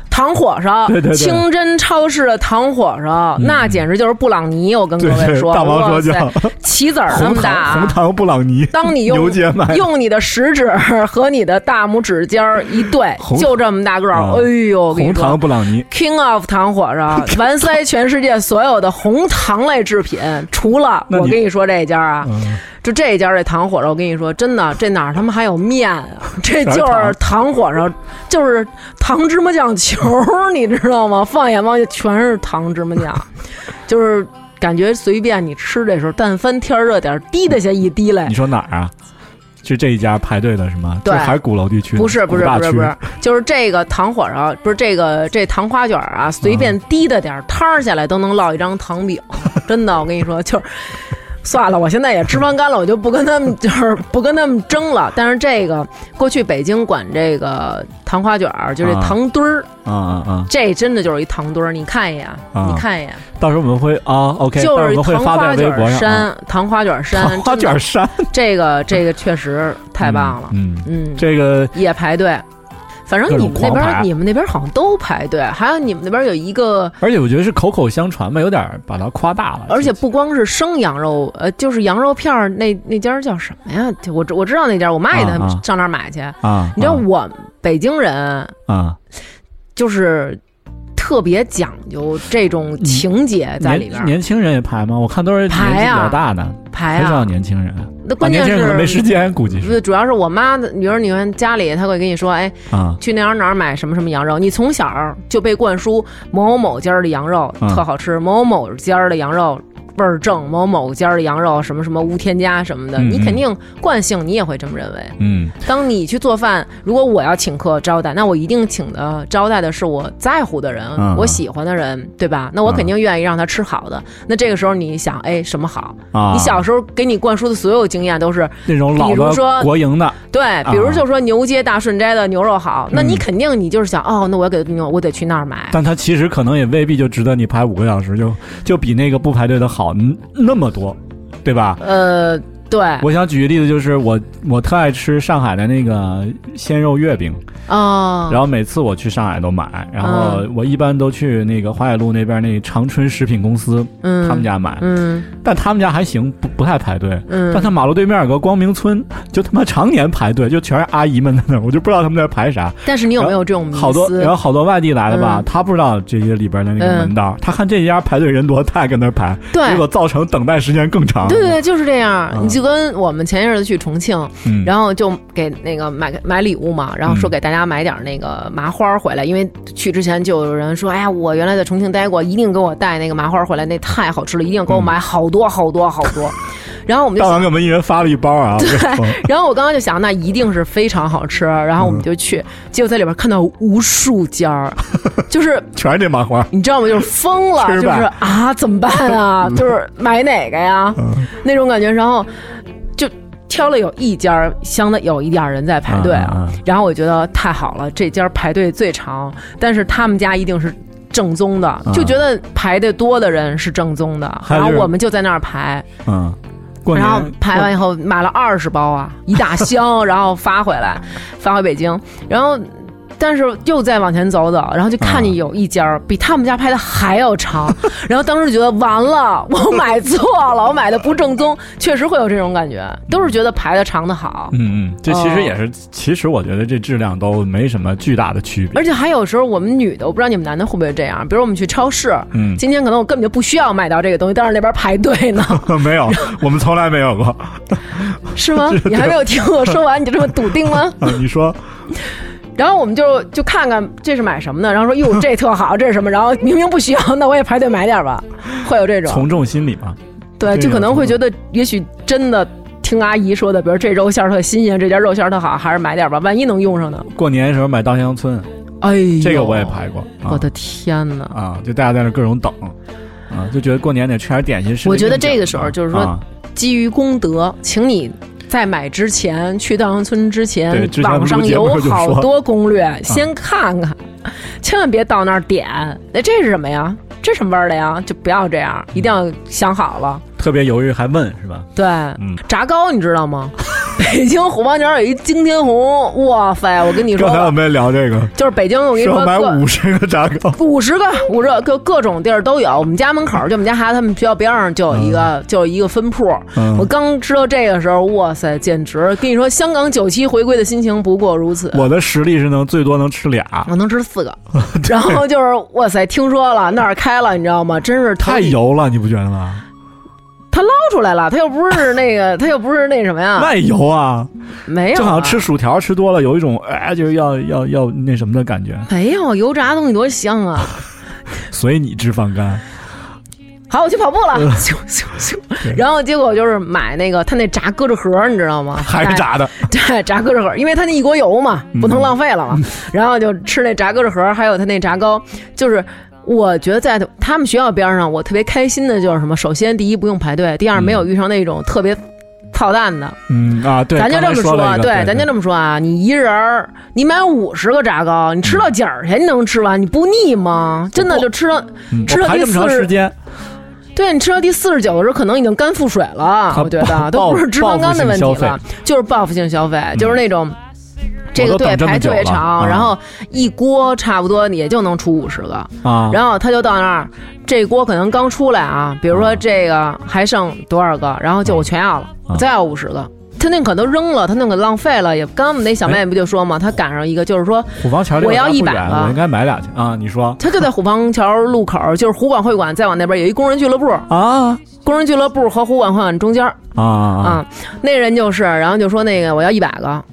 D: 糖火烧，
C: 对对对
D: 清真超市的糖火烧，
C: 嗯
D: 那简直就是布朗尼。我跟各
C: 对
D: 位
C: 对，
D: 说，
C: 大王说
D: 哇塞
C: 叫
D: 棋子儿那
C: 红
D: 么大
C: 糖红
D: 啊。
C: 糖布 朗尼，
D: 当你用
C: 牛街买的
D: 用你的食指和你的大拇指尖儿一对，
C: 红
D: 就这么大个儿，
C: 啊
D: 哎呦，我跟你
C: 红
D: 说
C: 糖布朗尼，
D: King of 糖火 烧，完塞全世界所有的红糖类制品，除了
C: 那
D: 我
C: 你
D: 跟你说这一家啊，
C: 嗯，
D: 就这一家这糖火烧，我跟你说，真的，这哪儿他妈还有面 啊？这
C: 全是
D: 就是糖火烧，就是糖芝麻酱球儿，你知道吗？ 放眼望去全是糖芝麻 酱，就是感觉随便你吃的时候，但凡天儿热点儿，滴的下一滴来
C: 你。说哪儿啊？就这一家排队的是吗？
D: 对
C: 就还是鼓楼地区的？
D: 不是不
C: 古
D: 是
C: 大
D: 不是
C: 区
D: 不是，就是这个糖火烧，不是这个这糖花卷儿啊，随便滴的点儿摊儿下来都能烙一张糖饼，真的，我跟你说，就是算了，我现在也吃完干了，我就不跟他们就是不跟他们争了。但是这个过去北京管这个糖花卷儿，就这
C: 啊
D: 糖墩儿，
C: 啊啊啊！
D: 这真的就是一糖墩儿，你看一眼，你看一眼，
C: 到时候我们会啊，OK，到时候
D: 就是
C: 我
D: 一
C: 们会
D: 糖
C: 发
D: 花
C: 在
D: 卷
C: 微博
D: 儿
C: 上。啊
D: 山，糖花卷儿山，
C: 糖花
D: 真的
C: 卷山
D: 这个这个确实太棒了，
C: 嗯，嗯
D: 嗯
C: 这个
D: 也排队。反正你们那
C: 各种
D: 边
C: 狂
D: 儿，
C: 排
D: 你们那边儿好像都排队，还有你们那边儿有一个，
C: 而且我觉得是口口相传吧，有点把它夸大了。
D: 而且不光是生羊肉，呃，就是羊肉片儿那那家儿叫什么呀？就我知我知道那家儿，我妈也
C: 啊
D: 他们
C: 啊
D: 上那儿买去。
C: 啊，
D: 你知道我北京人
C: 啊，
D: 就是特别讲究这种情节在里边
C: 嗯年
D: 儿
C: 年轻人也排吗？我看都是年纪
D: 排
C: 比
D: 啊
C: 较大的，
D: 排
C: 很少有
D: 啊。
C: 年轻人。
D: 那
C: 啊
D: 关
C: 年
D: 键
C: 轻人可能没时
D: 是，呃
C: 间，估计是
D: 主要是我妈的，比如说你看家里，她会跟你说，哎，
C: 啊
D: 去哪儿哪儿买什么什么羊肉，你从小就被灌输某某某家儿的羊肉
C: 嗯
D: 特好吃，某某某家儿的羊肉味儿正，某某家儿的羊肉什么什么无添加什么的，
C: 嗯
D: 你
C: 嗯
D: 肯定惯性你也会这么认为。
C: 嗯
D: 当你去做饭，如果我要请客招待，那我一定请的招待的是我在乎的人，
C: 嗯
D: 我喜欢的人，对吧？那我肯定愿意让他吃好的。那这个时候你想，哎，什么好？
C: 啊，
D: 你小时候给你灌输的所有经验都是
C: 那种老
D: 比如说
C: 的国营的，
D: 对，比如就说牛街大顺斋的牛肉好，那你
C: 啊嗯
D: 肯定你就是想，哦，那我给牛，我得去那儿买。
C: 但它其实可能也未必就值得你排五个小时，就就比那个不排队的好嗯那么多，对吧？
D: 呃，对，
C: 我想举个例子，就是我我特爱吃上海的那个鲜肉月饼，
D: 哦，
C: 然后每次我去上海都买，然后
D: 嗯
C: 我一般都去那个花海路那边那长春食品公司
D: 嗯，
C: 他们，家买，
D: 嗯
C: 但他们家还行，不不太排队。但
D: 嗯，
C: 他马路对面有个光明村，就他妈常年排队，就全是阿姨们在那儿，我就不知道他们在排啥。
D: 但是你有没有这嗯种迷
C: 好多，然
D: 思
C: 后？好多外地来的吧，
D: 嗯
C: 他不知道这些里边的那个门道，他看这家排队人多，他也跟那儿排，
D: 嗯对
C: 结果造成等待时间更长。
D: 对对，对，就是这样。
C: 嗯
D: 你就跟我们前一阵子去重庆，
C: 嗯，
D: 然后就给那个买买礼物嘛，然后说
C: 嗯
D: 给大家买点那个麻花回来，因为去之前就有人说，哎呀，我原来在重庆待过，一定给我带那个麻花回来，那太好吃了，一定给我买
C: 嗯
D: 好多好多好多。然后我们就
C: 大王给我们一人发了一包啊，对，
D: 然后我刚刚就想，那一定是非常好吃，然后我们就
C: 嗯
D: 去，结果在里边看到无数家 儿，就是
C: 全是这麻花。
D: 你知道吗？就是疯了，
C: 吃
D: 就是
C: 吧嗯
D: 啊，怎么办啊？就是买哪个呀？那种感觉，然后就挑了有一家儿，相当有一点儿人在排队啊
C: 嗯嗯嗯
D: 然后我觉得太好了，这家儿排队最长，但是他们家一定是。正宗的，就觉得排的多的人是正宗的，
C: 啊还有
D: 然后
C: 就是
D: 我们就在那儿排，
C: 嗯，过
D: 然后
C: 年
D: 排完以后 买了二十包啊，一大箱，然后发回来，发回北京，然后。但是又再往前走走，然后就看见有一家儿比他们家拍的还要 长，然后当时觉得完了， 我买错了，我买的不正宗，确实会有这种感觉，都是觉得排的长的好。
C: 嗯嗯，这其
D: 哦
C: 实也是，其实我觉得这质量都没什么巨大的区别。
D: 而且还有时候我们女的，我不知道你们男的会不会这样，比如我们去超市，
C: 嗯，
D: 今天可能我根本就不需要买到这个东西，但是那边排队呢，
C: 没有，我们从来没有过。
D: 是吗？你还没有听我说完，你就这么笃定吗？
C: 啊你说，
D: 然后我们就就看看这是买什么呢，然后说哟这特好，这是什么？然后明明不需要，那我也排队买点儿 吧，会有这种
C: 从众心理嘛，
D: 对，
C: 对
D: 就可能会
C: 有
D: 觉得也许真的听阿姨说的，比如这肉馅儿特新鲜，这家肉馅儿特好，还是买点儿吧，万一能用上呢？
C: 过年的时候买稻香村，
D: 哎呦，
C: 这个我也排过。啊
D: 我的天哪！
C: 啊，就大家在那各种等，啊，就觉得过年得吃点点心。
D: 我觉得
C: 是应景
D: 这个时候就是说
C: 啊
D: 基于功德，请你在买之前，去稻香村之
C: 对
D: 前，
C: 之前我
D: 网
C: 们录
D: 上
C: 节目
D: 有
C: 就说
D: 好多攻略，先看看，千万别到那儿点，哎，这是什么呀？这什么味儿的呀？就不要这样，
C: 嗯
D: 一定要想好了。
C: 特别犹豫还问是吧？
D: 对，
C: 嗯
D: 炸糕你知道吗？ 北京虎坊桥有一惊天红，哇塞！我跟你说
C: 刚才我
D: 吧，
C: 们也聊这个，
D: 就是北京，我跟你
C: 说
D: 说
C: 买
D: 各
C: 五十个炸糕，
D: 五十个，五十个各各种地儿都有。我们家门口，就我们家孩子他们学校边上就有一个，就有一个分铺。
C: 嗯
D: 我刚知道这个时候，哇塞，简直跟你说，香港九七回归的心情不过如此。
C: 我的实力是能最多能吃俩，
D: 我能吃 四个，然后就是哇塞，听说了那儿开了，你知道吗？真是头
C: 太
D: 一
C: 油了，你不觉得吗？
D: 他捞出来了，他又不是那 个，他又不是那什么呀，
C: 那油啊，
D: 没有啊，
C: 就好像吃薯条吃多了有一种哎，就是要要要那什么的感觉。
D: 没有哎油炸的东西多香 啊！
C: 所以你脂肪肝，
D: 好，我去跑步 了，咻咻咻。然后结果就是买那个他那炸胳肢盒儿，你知道吗？
C: 还是炸的，
D: 对， 炸胳肢盒，因为它那一锅油嘛，
C: 嗯
D: 不能浪费了嘛。 然后就吃那炸胳肢盒，还有它那炸糕，就是。我觉得在他们学校边上，我特别开心的就是什么？首先，第一不用排队；第二，没有遇上那种特别操蛋的。
C: 嗯啊，嗯对，
D: 咱就
C: 刚才
D: 这么
C: 说了一个，
D: 对，咱就这么说啊。你一人儿，你买五十个炸糕，你吃到几儿去？你能吃完？你不腻吗？真的就吃到
C: 嗯
D: 吃到
C: 我排
D: 第
C: 这么长
D: 四
C: 时间，
D: 对你吃到第四十九的时候，可能已经肝腹水了，
C: 它
D: 我觉得
C: 报
D: 都不是脂肪肝的问
C: 报复性消
D: 题
C: 费嗯
D: 了，就是报复性消费，就是那种。这个
C: 我都
D: 队
C: 等这么
D: 排特别
C: 久了
D: 长，
C: 啊
D: 然后一锅差不多也就能出五十个，
C: 啊，
D: 然后他就到那儿，这锅可能刚出来啊，比如说这个还剩多少个，然后就我全要了，
C: 啊
D: 我再要五十个。他那可都扔了，他那个浪费了，也刚刚我们那小
C: 哎
D: 妹不就说嘛，她赶上一个，就是说
C: 虎坊桥离
D: 我要
C: 家不
D: 一百
C: 远
D: 个
C: 我应该买俩去啊。你说
D: 她就在虎坊桥路口，就是湖广会馆，再往那边有一工人俱乐部，
C: 啊
D: 工人俱乐部和湖广会馆中间儿，
C: 啊啊
D: 啊，那人就是，然后就说那个我要一百 个，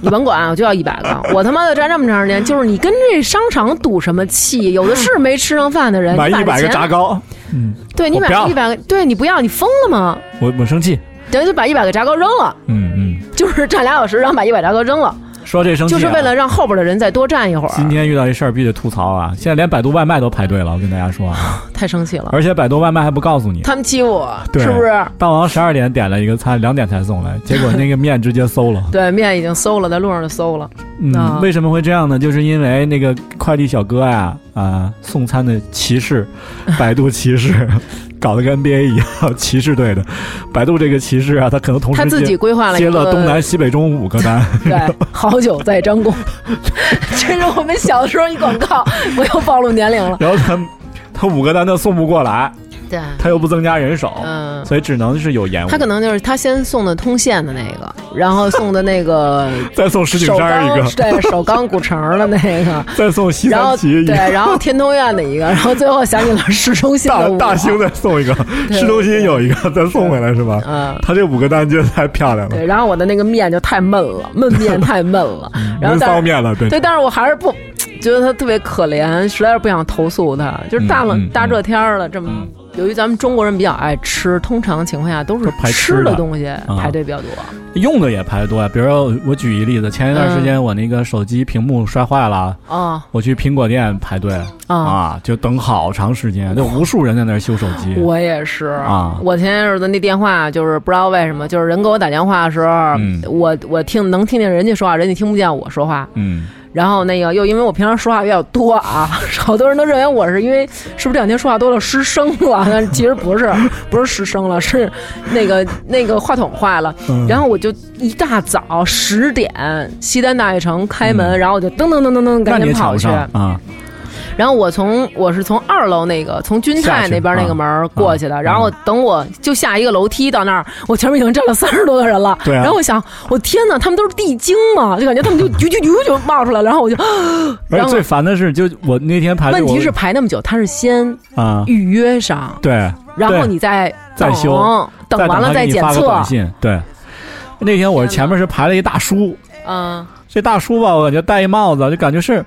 D: 你甭管，我就要一百个。我他妈的站这么长时间，就是你跟这商场赌什么气？有的是没吃上饭的人，
C: 买
D: 你把
C: 一百
D: 这
C: 个
D: 钱
C: 炸，糕，嗯，
D: 对你
C: 我
D: 买
C: 不要
D: 一百个，对你不要，你疯了吗？
C: 我我生气，
D: 等于就把一百个炸糕扔了，
C: 嗯嗯，
D: 就是站俩小时，然后把一百炸糕扔了，
C: 说这生气
D: 就
C: 啊
D: 是为了让后边的人再多站一会
C: 今
D: 儿。
C: 天遇到一事儿必须得吐槽啊！现在连百度外卖都排队了，我跟大家说啊，
D: 太生气了，
C: 而且百度外卖还不告诉你，
D: 他们欺负我，
C: 对
D: 是不是？。
C: 大王十二点点了一个餐，两点才送来，结果那个面直接馊了
D: 对面已经搜了，在路上就搜了。
C: 嗯
D: 啊，
C: 为什么会这样呢？就是因为那个快递小哥呀、啊，送餐的骑士， 百度骑士， 搞得跟 NBA 一样，骑士队的，百度这个骑士啊，他可能同时
D: 他自
C: 接
D: 己规划了一
C: 接
D: 个
C: 了东南西北中五个单，
D: 对，好酒在张 公，这是我们小时候一广告，我又暴露年龄了。
C: 然后他他五个单他送不过来，
D: 对，
C: 他又不增加人手，
D: 嗯。
C: 所以只能是有延误。
D: 他可能就是他先送的通县的那个，然后送的那 个
C: 再送石景
D: 首
C: 山一
D: 钢
C: 个，
D: 对首钢古城的那个，
C: 再送西
D: 然
C: 三
D: 后
C: 旗一
D: 对，
C: 个，
D: 然后天通苑的一个，然后最后想起了市中心
C: 大
D: 的
C: 大
D: 我
C: 兴，再送一个，
D: 对
C: 市中心有一个再送回来是吧？
D: 嗯，
C: 他这五个单就太漂亮了
D: 对，，然后我的那个面就太闷了，焖面太闷了，然后但
C: 焖嗯骚
D: 是
C: 面 了，对
D: 对，但是我还是不觉得他特别可怜，实在是不想投诉他。就是大冷、
C: 嗯嗯嗯
D: 大热天儿了，这么、由于咱们中国人比较爱吃，通常情况下都是
C: 都排吃
D: 吃
C: 的啊
D: 的东西排队比较多。
C: 用的也排得多呀。比如说我举一例子，前一段时间我那个手机屏幕摔坏了，
D: 啊
C: 我去苹果店排队
D: 啊！
C: 啊，就等好长时间，就无数人在那儿修手机。
D: 我也是
C: 啊
D: 我前些日子那电话就是不知道为什么，就是人给我打电话的时候，
C: 嗯
D: 我我听能听见人家说话，人家听不见我说话。
C: 嗯，
D: 然后那个又因为我平常说话比较多啊， 好多人都认为我是因为是不是这两天说话多了失声了？ 但其实不是，不是失声了，是那个那个话筒坏了。
C: 嗯
D: 然后我就一大早十点，西单大悦城开门，然后我就噔噔噔噔噔
C: 嗯那
D: 赶
C: 你也
D: 紧
C: 抢
D: 跑
C: 不
D: 去
C: 上。啊？
D: 然后我从我是从二楼那个从君泰那边那个门儿过去的，
C: 下去啊
D: 然后等我就下一个楼梯到那儿，我前面已经站了 三十多个人了。
C: 对啊
D: 然后我想，我天哪，他们都是地精嘛，就感觉他们就 啾啾啾就冒出来了，然后我就，
C: 而
D: 然
C: 且
D: 后
C: 最烦的是，就我那天排队
D: 问
C: 啊我，
D: 题是排那么久，他是先
C: 啊，
D: 预约上，
C: 对，
D: 然后
C: 对
D: 你再
C: 再
D: 等
C: 修
D: 等
C: 再
D: 完了
C: 他
D: 再
C: 给你
D: 检
C: 发
D: 测
C: 个短，信，对。那天我前面是排了一大叔，
D: 嗯，
C: 这大叔吧，我感觉戴一帽子，就感觉是，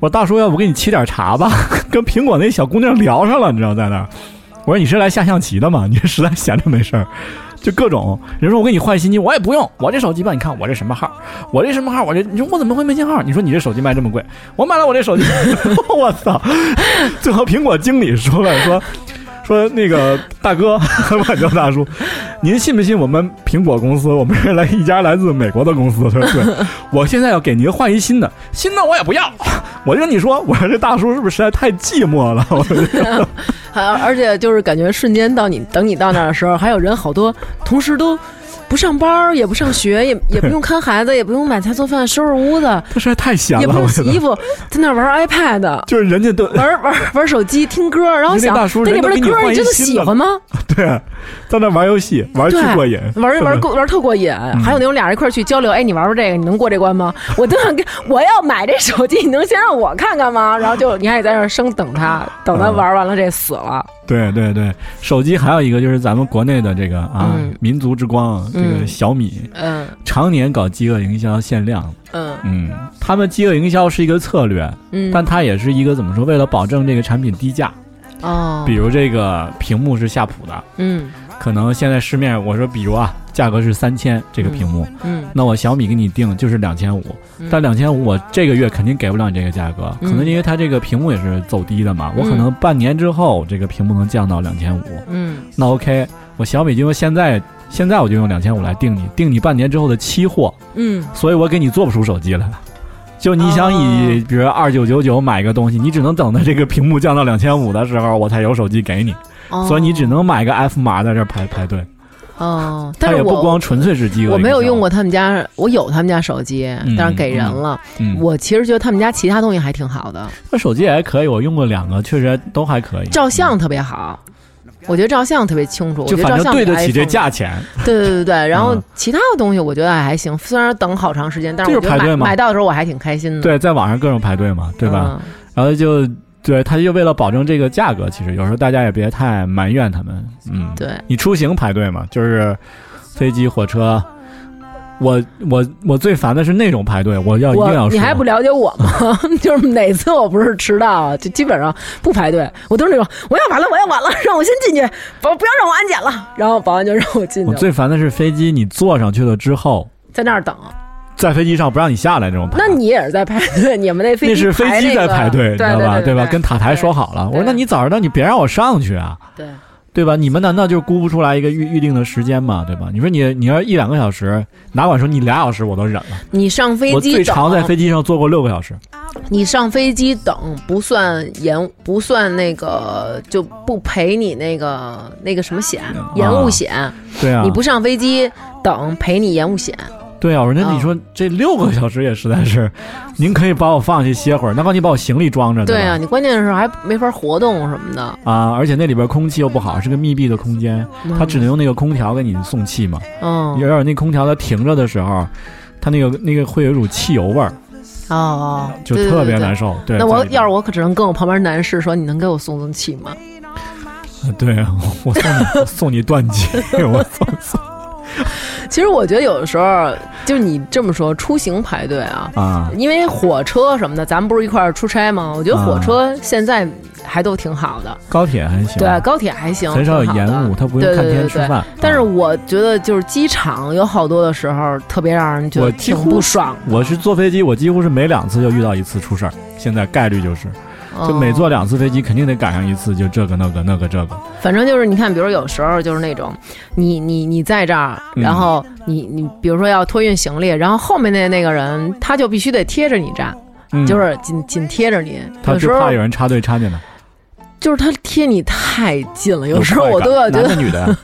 C: 我大叔，要不给你沏点茶吧？ 跟苹果那小姑娘聊上了，你知道在那儿。我说你是来下象棋的吗？你实在闲着没事儿，就各种人说我给你换新机，我也不用，我这手机吧，你看我这什么号，我这什么号，我这你说我怎么会没信号？你说你这手机卖这么贵，我买了我这手机， 我操！最后苹果经理说了说。说那个大哥， 我叫大叔，您信不信我们苹果公司？我们是来一家来自美国的公司。他说对，我现在要给您换一新的，新的我也不要。 我就跟你说，我说这大叔是不是实在太寂寞了？ 我说
D: 还而且就是感觉瞬间到你等你到那儿的时候，还有人好多同时都不上班儿，也不上学，也也不用看孩子，也不用买菜做饭、收拾屋 子，
C: 他实在太闲
D: 也
C: 了。
D: 不
C: 我
D: 用
C: 觉
D: 洗衣
C: 得
D: 服，在那儿玩 iPad。
C: 就是人家都
D: 玩玩玩手机听歌，然后
C: 你那
D: 想
C: 大叔
D: 那里
C: 人
D: 边
C: 都
D: 的
C: 给你
D: 歌
C: 换
D: 你
C: 一
D: 真的
C: 新
D: 喜
C: 的
D: 欢吗？
C: 对，在那玩游戏，玩
D: 对，
C: 巨过瘾，
D: 玩玩过玩特过瘾。
C: 嗯
D: 还有那种俩人一块儿去交流，哎，你玩玩这个，你能过这关吗？我都想跟我要买这手机，你能先让我看看吗？然后就你还得在那儿生等他，等他
C: 嗯
D: 玩完了这死了。
C: 对对对，手机还有一个就是咱们国内的这个啊，
D: 嗯
C: 民族之光，这个
D: 嗯
C: 小米，
D: 嗯
C: 常年搞饥饿营销限量。
D: 嗯
C: 嗯，他们饥饿营销是一个策略，
D: 嗯，
C: 但它也是一个怎么说？为了保证这个产品低价，
D: 哦
C: 比如这个屏幕是夏普的，
D: 嗯
C: 可能现在市面我说，比如啊，价格是三千这个屏幕，
D: 嗯
C: 那我小米给你定就是两千五，
D: 嗯
C: 但两千五我这个月肯定给不了你这个价格，
D: 嗯
C: 可能因为它这个屏幕也是走低的嘛，我
D: 嗯
C: 可能半年之后这个屏幕能降到两千五，
D: 嗯
C: 那 OK，我小米就用现在现在我就用两千五来定你，定你半年之后的期货，
D: 嗯
C: 所以我给你做不出手机来了。就你想以
D: 哦
C: 比如二九九九买个东西，你只能等到这个屏幕降到两千五的时候，我才有手机给你，
D: 哦
C: 所以你只能买个 F 码在这儿排排队。
D: 哦，
C: 它
D: 但是
C: 也不
D: 我
C: 光纯粹是饥饿，
D: 我没有用过，他们家，我有他们家手机，但是给人了。
C: 嗯，
D: 我其实觉得他们家其他东西还挺好的，
C: 我手机也还可以，我用过两个，确实都还可以。嗯
D: 照相特别好。我觉得照相特别清楚，我
C: 就
D: 觉得
C: 反
D: 照
C: 正
D: 相
C: 对
D: 比
C: 得起这
D: iPhone
C: 价钱，
D: 对对对对，然后
C: 嗯
D: 其他的东西我觉得还行，虽然等好长时间，但是
C: 就
D: 我
C: 是
D: 觉得
C: 排队
D: 买
C: 嘛
D: 买到的时候我还挺开心的，
C: 对，在网上各种排队
D: 嗯
C: 嘛，对吧？？然后就对，他就为了保证这个价格，其实有时候大家也别太埋怨他们。嗯，
D: 嗯，对，
C: 你出行排队嘛，就是飞机、火车。我我我最烦的是那种排队，我哦要一定要
D: 我
C: 说
D: 你还不了解我吗？ 就是哪次我不是迟到啊，就基本上不排队，我都是那种我要晚了，我要晚了，让我先进去，不不要让我安检了，然后保安就让我进
C: 我
D: 去了，
C: 最烦的是飞机，你坐上去了之后，
D: 在那儿等。啊
C: 在飞机上不让你下来那种排。
D: 那你也是在排队，你们那飞
C: 那
D: 机
C: 是飞
D: 排
C: 机
D: 那
C: 在
D: 个
C: 排队，你知
D: 对
C: 道吧？
D: 对
C: 吧？跟塔台说好了，我说
D: 对
C: 那你早知道你别让我上去啊，
D: 对
C: 对吧？你们难道就估不出来一个预预定的时间吗？对吧？你说你你要一两个小时，哪管说你俩小时我都忍了，
D: 你上飞
C: 我
D: 机
C: 最长在
D: 等啊
C: 飞机上坐过六个小时，
D: 你上飞机等不算延误，不算那个就不赔你那个那个什么险，延误险。
C: 对啊
D: 你，不上飞机等赔你延误险。
C: 对啊，我说那
D: 啊
C: 你说这六个小时也实在是，您可以把我放下去歇会儿，哪怕你把我行李装着，
D: 对啊，
C: 吧？
D: 你关键是还没法活动什么的。
C: 啊，而且那里边空气又不好，是个密闭的空间，
D: 嗯
C: 它只能用那个空调给你送气嘛。
D: 嗯
C: 有点那空调它停着的时候，它那个那个会有一股汽油味儿，
D: 哦哦，
C: 就
D: 对
C: 特
D: 对
C: 别。
D: 对
C: 难
D: 对
C: 受。对，
D: 那我
C: 在里边
D: 要是我可只能跟我旁边男士说，你能给我送送气吗？
C: 对我我送你我送你断 气，我送送
D: 其实我觉得有的时候就是你这么说，出行排队啊，
C: 啊，
D: 因为火车什么的，咱们不是一块儿出差吗？我觉得火车现在还都挺好的，
C: 高铁还行，
D: 对，啊高铁还行，
C: 很少有
D: 挺好的
C: 延误，它不用
D: 对对
C: 看天
D: 对
C: 吃
D: 对
C: 饭。
D: 但是
C: 啊
D: 我觉得就是机场有好多的时候特别让人觉
C: 我
D: 得
C: 几
D: 挺
C: 乎
D: 不爽，
C: 我是坐飞机，我几乎是每两次就遇到一次出事儿，现在概率就是，
D: 哦
C: 就
D: 嗯
C: 每坐两次飞机肯定得赶上一次，就这个那个那个这个。
D: 嗯反正就是你看，比如有时候就是那种，你你你在这儿，
C: 嗯
D: 然后你你比如说要托运行李，然后后面那那个人他就必须得贴着你站。
C: 嗯
D: 就是紧紧贴着你。
C: 他
D: 有
C: 就
D: 时候
C: 怕有人插队插进来。
D: 就是他贴你太近了，有时候
E: 快
D: 我
E: 感
D: 都要觉
E: 男
D: 得
E: 的女 的，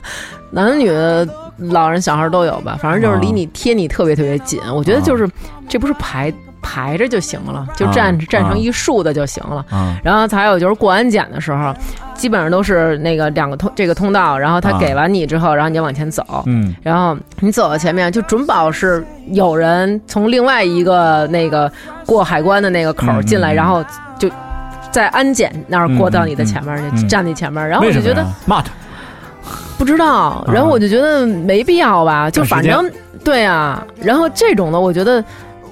D: 男的女的、老人小孩都有吧，反正就是离你贴你特别特别紧。我觉得就是这不是排排着就行了，就站
C: 啊
D: 站
C: 啊
D: 成一竖的就行了。
C: 啊
D: 然后还有就是过安检的时候，基本上都是那个两个通这个通道，然后他
C: 啊
D: 给完你之后，然后你就往前走，
C: 嗯
D: 然后你走到前面就准保是有人从另外一个那个过海关的那个口
C: 嗯嗯
D: 进来，
C: 嗯
D: 然后就在安检那儿过到你的
C: 嗯嗯
D: 前面，
C: 嗯
D: 就
C: 嗯
D: 站你前面，然后我
C: 为
D: 就
C: 什么
D: 觉得
C: 呀啊骂他，
D: 不知道，然后我就觉得没必要吧，就反正对啊，然后这种的我觉得。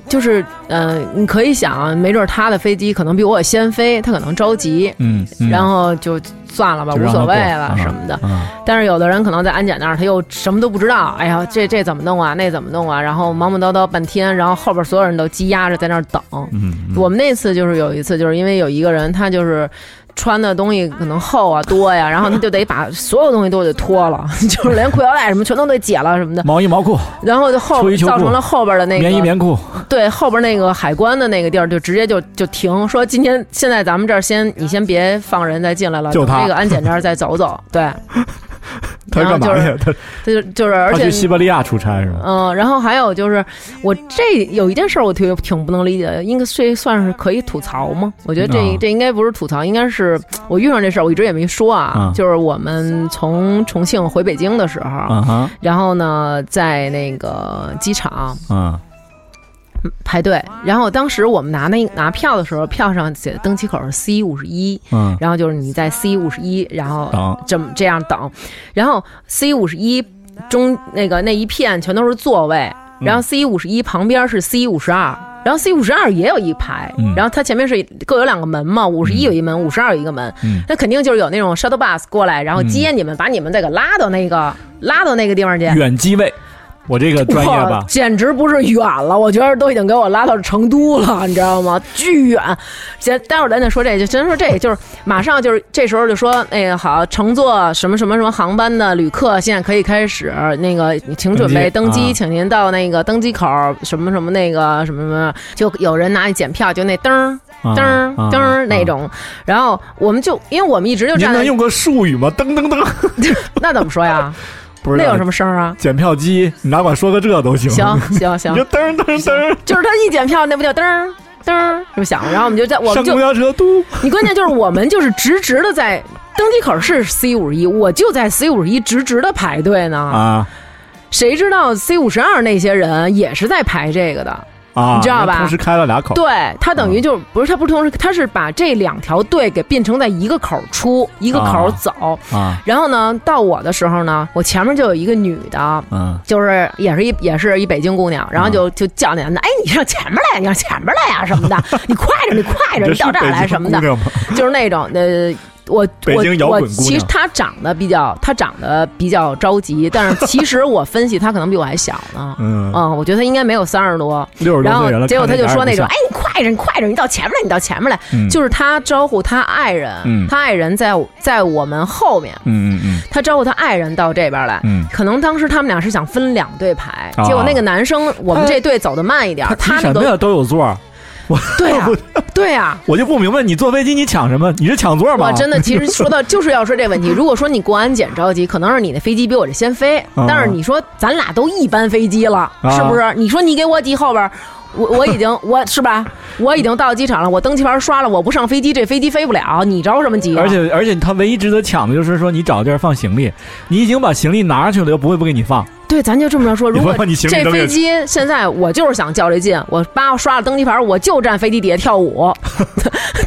D: 就是，呃，你可以想，没准他的飞机可能比我先飞，他可能着急，
C: 嗯，嗯
D: 然后就算了吧，
C: 就
D: 无
C: 让他
D: 所谓
C: 过
D: 了
C: 嗯
D: 什么的。
C: 啊
D: 但是有的人可能在安检那儿，他又什么都不知道，哎呀，这这怎么弄啊，那怎么弄啊，然后忙忙叨叨半天，然后后边所有人都积压着在那儿等。
C: 嗯，
D: 我们那次就是有一次，就是因为有一个人他就是。穿的东西可能厚啊多 呀，然后他就得把所有东西都得脱了， 就是连裤腰带什么全都得解了什么的，
C: 毛衣毛裤、
D: 然后就后
C: 秋衣秋裤
D: 造成了后边的那个
C: 棉衣棉裤，
D: 对后边那个海关的那个地儿就直接就就停，说今天现在咱们这儿先你先别放人再进来了，
C: 就他
D: 等这个安检这儿再走走，对，
C: 他
D: 然后
C: 干嘛
D: 就是
C: 呀？他
D: 他就就是而
C: 他
D: 且
C: 去西伯利亚出差是吗？
D: 嗯，然后还有就是，我这有一件事儿我挺挺不能理解的，应该这算是可以吐槽吗？我觉得这、
C: 嗯啊
D: 这应该不是吐槽，应该是我遇上这事儿，我一直也没说啊。
C: 嗯
D: 就是我们从重庆回北京的时候，
C: 啊哈，
D: 然后呢，在那个机场
C: 啊
D: 排队，然后当时我们拿那拿票的时候，票上写的登机口是 C 五十一，
C: 嗯，
D: 然后就是你在 C 五十一，然后
C: 等
D: 这么这样等，然后 C 五十一中那个那一片全都是座位，然后 C 五十一旁边是 C 五十二，然后 C 五十二也有一排，
C: 嗯
D: 然后它前面是各有两个门嘛，五十一有一门，五十二有一个门，
C: 嗯
D: 那肯定就是有那种 shuttle bus 过来，然后接你们，把你们再给拉到那个拉到那个地方去。
C: 远机位，我这个专业
D: 哇
C: 吧，
D: 简直不是远了，我觉得都已经给我拉到成都了，你知道吗？巨远。先待会儿咱再说这，就先说这，就是马上就是这时候就说，那个好，乘坐什么什么什么航班的旅客现在可以开始，那个请准备登
C: 登
D: 机，
C: 机啊
D: 请您到那个登机口什么什么那个什么什么，就有人拿你检票，就那噔儿
C: 啊
D: 噔儿
C: 啊
D: 噔儿那
C: 啊
D: 种。然后我们就因为我们一直就
C: 您
D: 站
C: 能
D: 在
C: 用个术语吗？噔噔噔，
D: 那怎么说呀？
C: 不是
D: 那有什么声儿啊？
C: 检票机？你哪管说个这都行。
D: 行行行
C: 你就，噔噔噔，
D: 就是他一检票，那不就噔儿噔儿就响，然后我们就在我
C: 上
D: 们就
C: 公交车嘟，
D: 你关键就是我们就是直直的在登机口是 C 五十一，我就在 C 五十一直直的排队呢。
C: 啊
D: 谁知道 C 五十二那些人也是在排这个的？
C: 啊，
D: 你知道吧
C: 人同时开了俩口，
D: 对他等于就、不是他不是同时，他是把这两条队给并成在一个口出，一个口
C: 啊
D: 走。
C: 啊，
D: 然后呢，到我的时候呢，我前面就有一个女的，
C: 嗯
D: 就是也是一也是一北京姑娘，然后就就叫那男的，哎，你上前面来，你上前面来呀、什么 的，你快着，你快着，你
C: 是
D: 到这儿来什么的
C: 北，京姑娘吗
D: 就是那种呃。我
C: 北京摇
D: 我
C: 滚
D: 我
C: 姑娘
D: 其实她长得比较，她长得比较着急，但是其实我分析她可能比我还小呢。
C: 嗯，
D: 嗯，我觉得她应该没有三十多，
C: 六十
D: 然
C: 多岁人
D: 后
C: 了，
D: 结果她就说那种，
C: 看
D: 哎，你快着，你快着，你到前面来，你到前面来，
C: 着点儿不像，
D: 就是她招呼她爱人，
C: 嗯
D: 她爱人在在我们后面，
C: 嗯嗯嗯
D: 她招呼她爱人到这边来，
C: 嗯，
D: 可能当时他们俩是想分两队排，
C: 啊
D: 结果那个男生我们这队走的慢一点，
C: 他
D: 啊他
C: 提
D: 那
C: 什么
D: 个
C: 呀都有座儿，
D: 对啊，对啊，
C: 我就不明白你坐飞机你抢什么？你是抢座吗？
D: 我真的，其实说到就是要说这 问题。如果说你过安检着急，可能是你的飞机比我这先飞，
C: 嗯
D: 但是你说咱俩都一班飞机了，
C: 啊
D: 是不是？你说你给我挤后边儿。我我已经 我是吧，我已经到机场了，我登机牌刷了，我不上飞机，这飞机飞不了，你着什么急啊、
C: 而且而且他唯一值得抢的就是说你找地儿放行李，你已经把行李拿上去了，又不会不给你放，
D: 对，咱就这么着说，
C: 你
D: 如果
C: 把你行李
D: 这
C: 扔
D: 飞
C: 进去
D: 机现在我就是想较这劲，我叭我刷了登机牌，我就站飞机底下跳舞，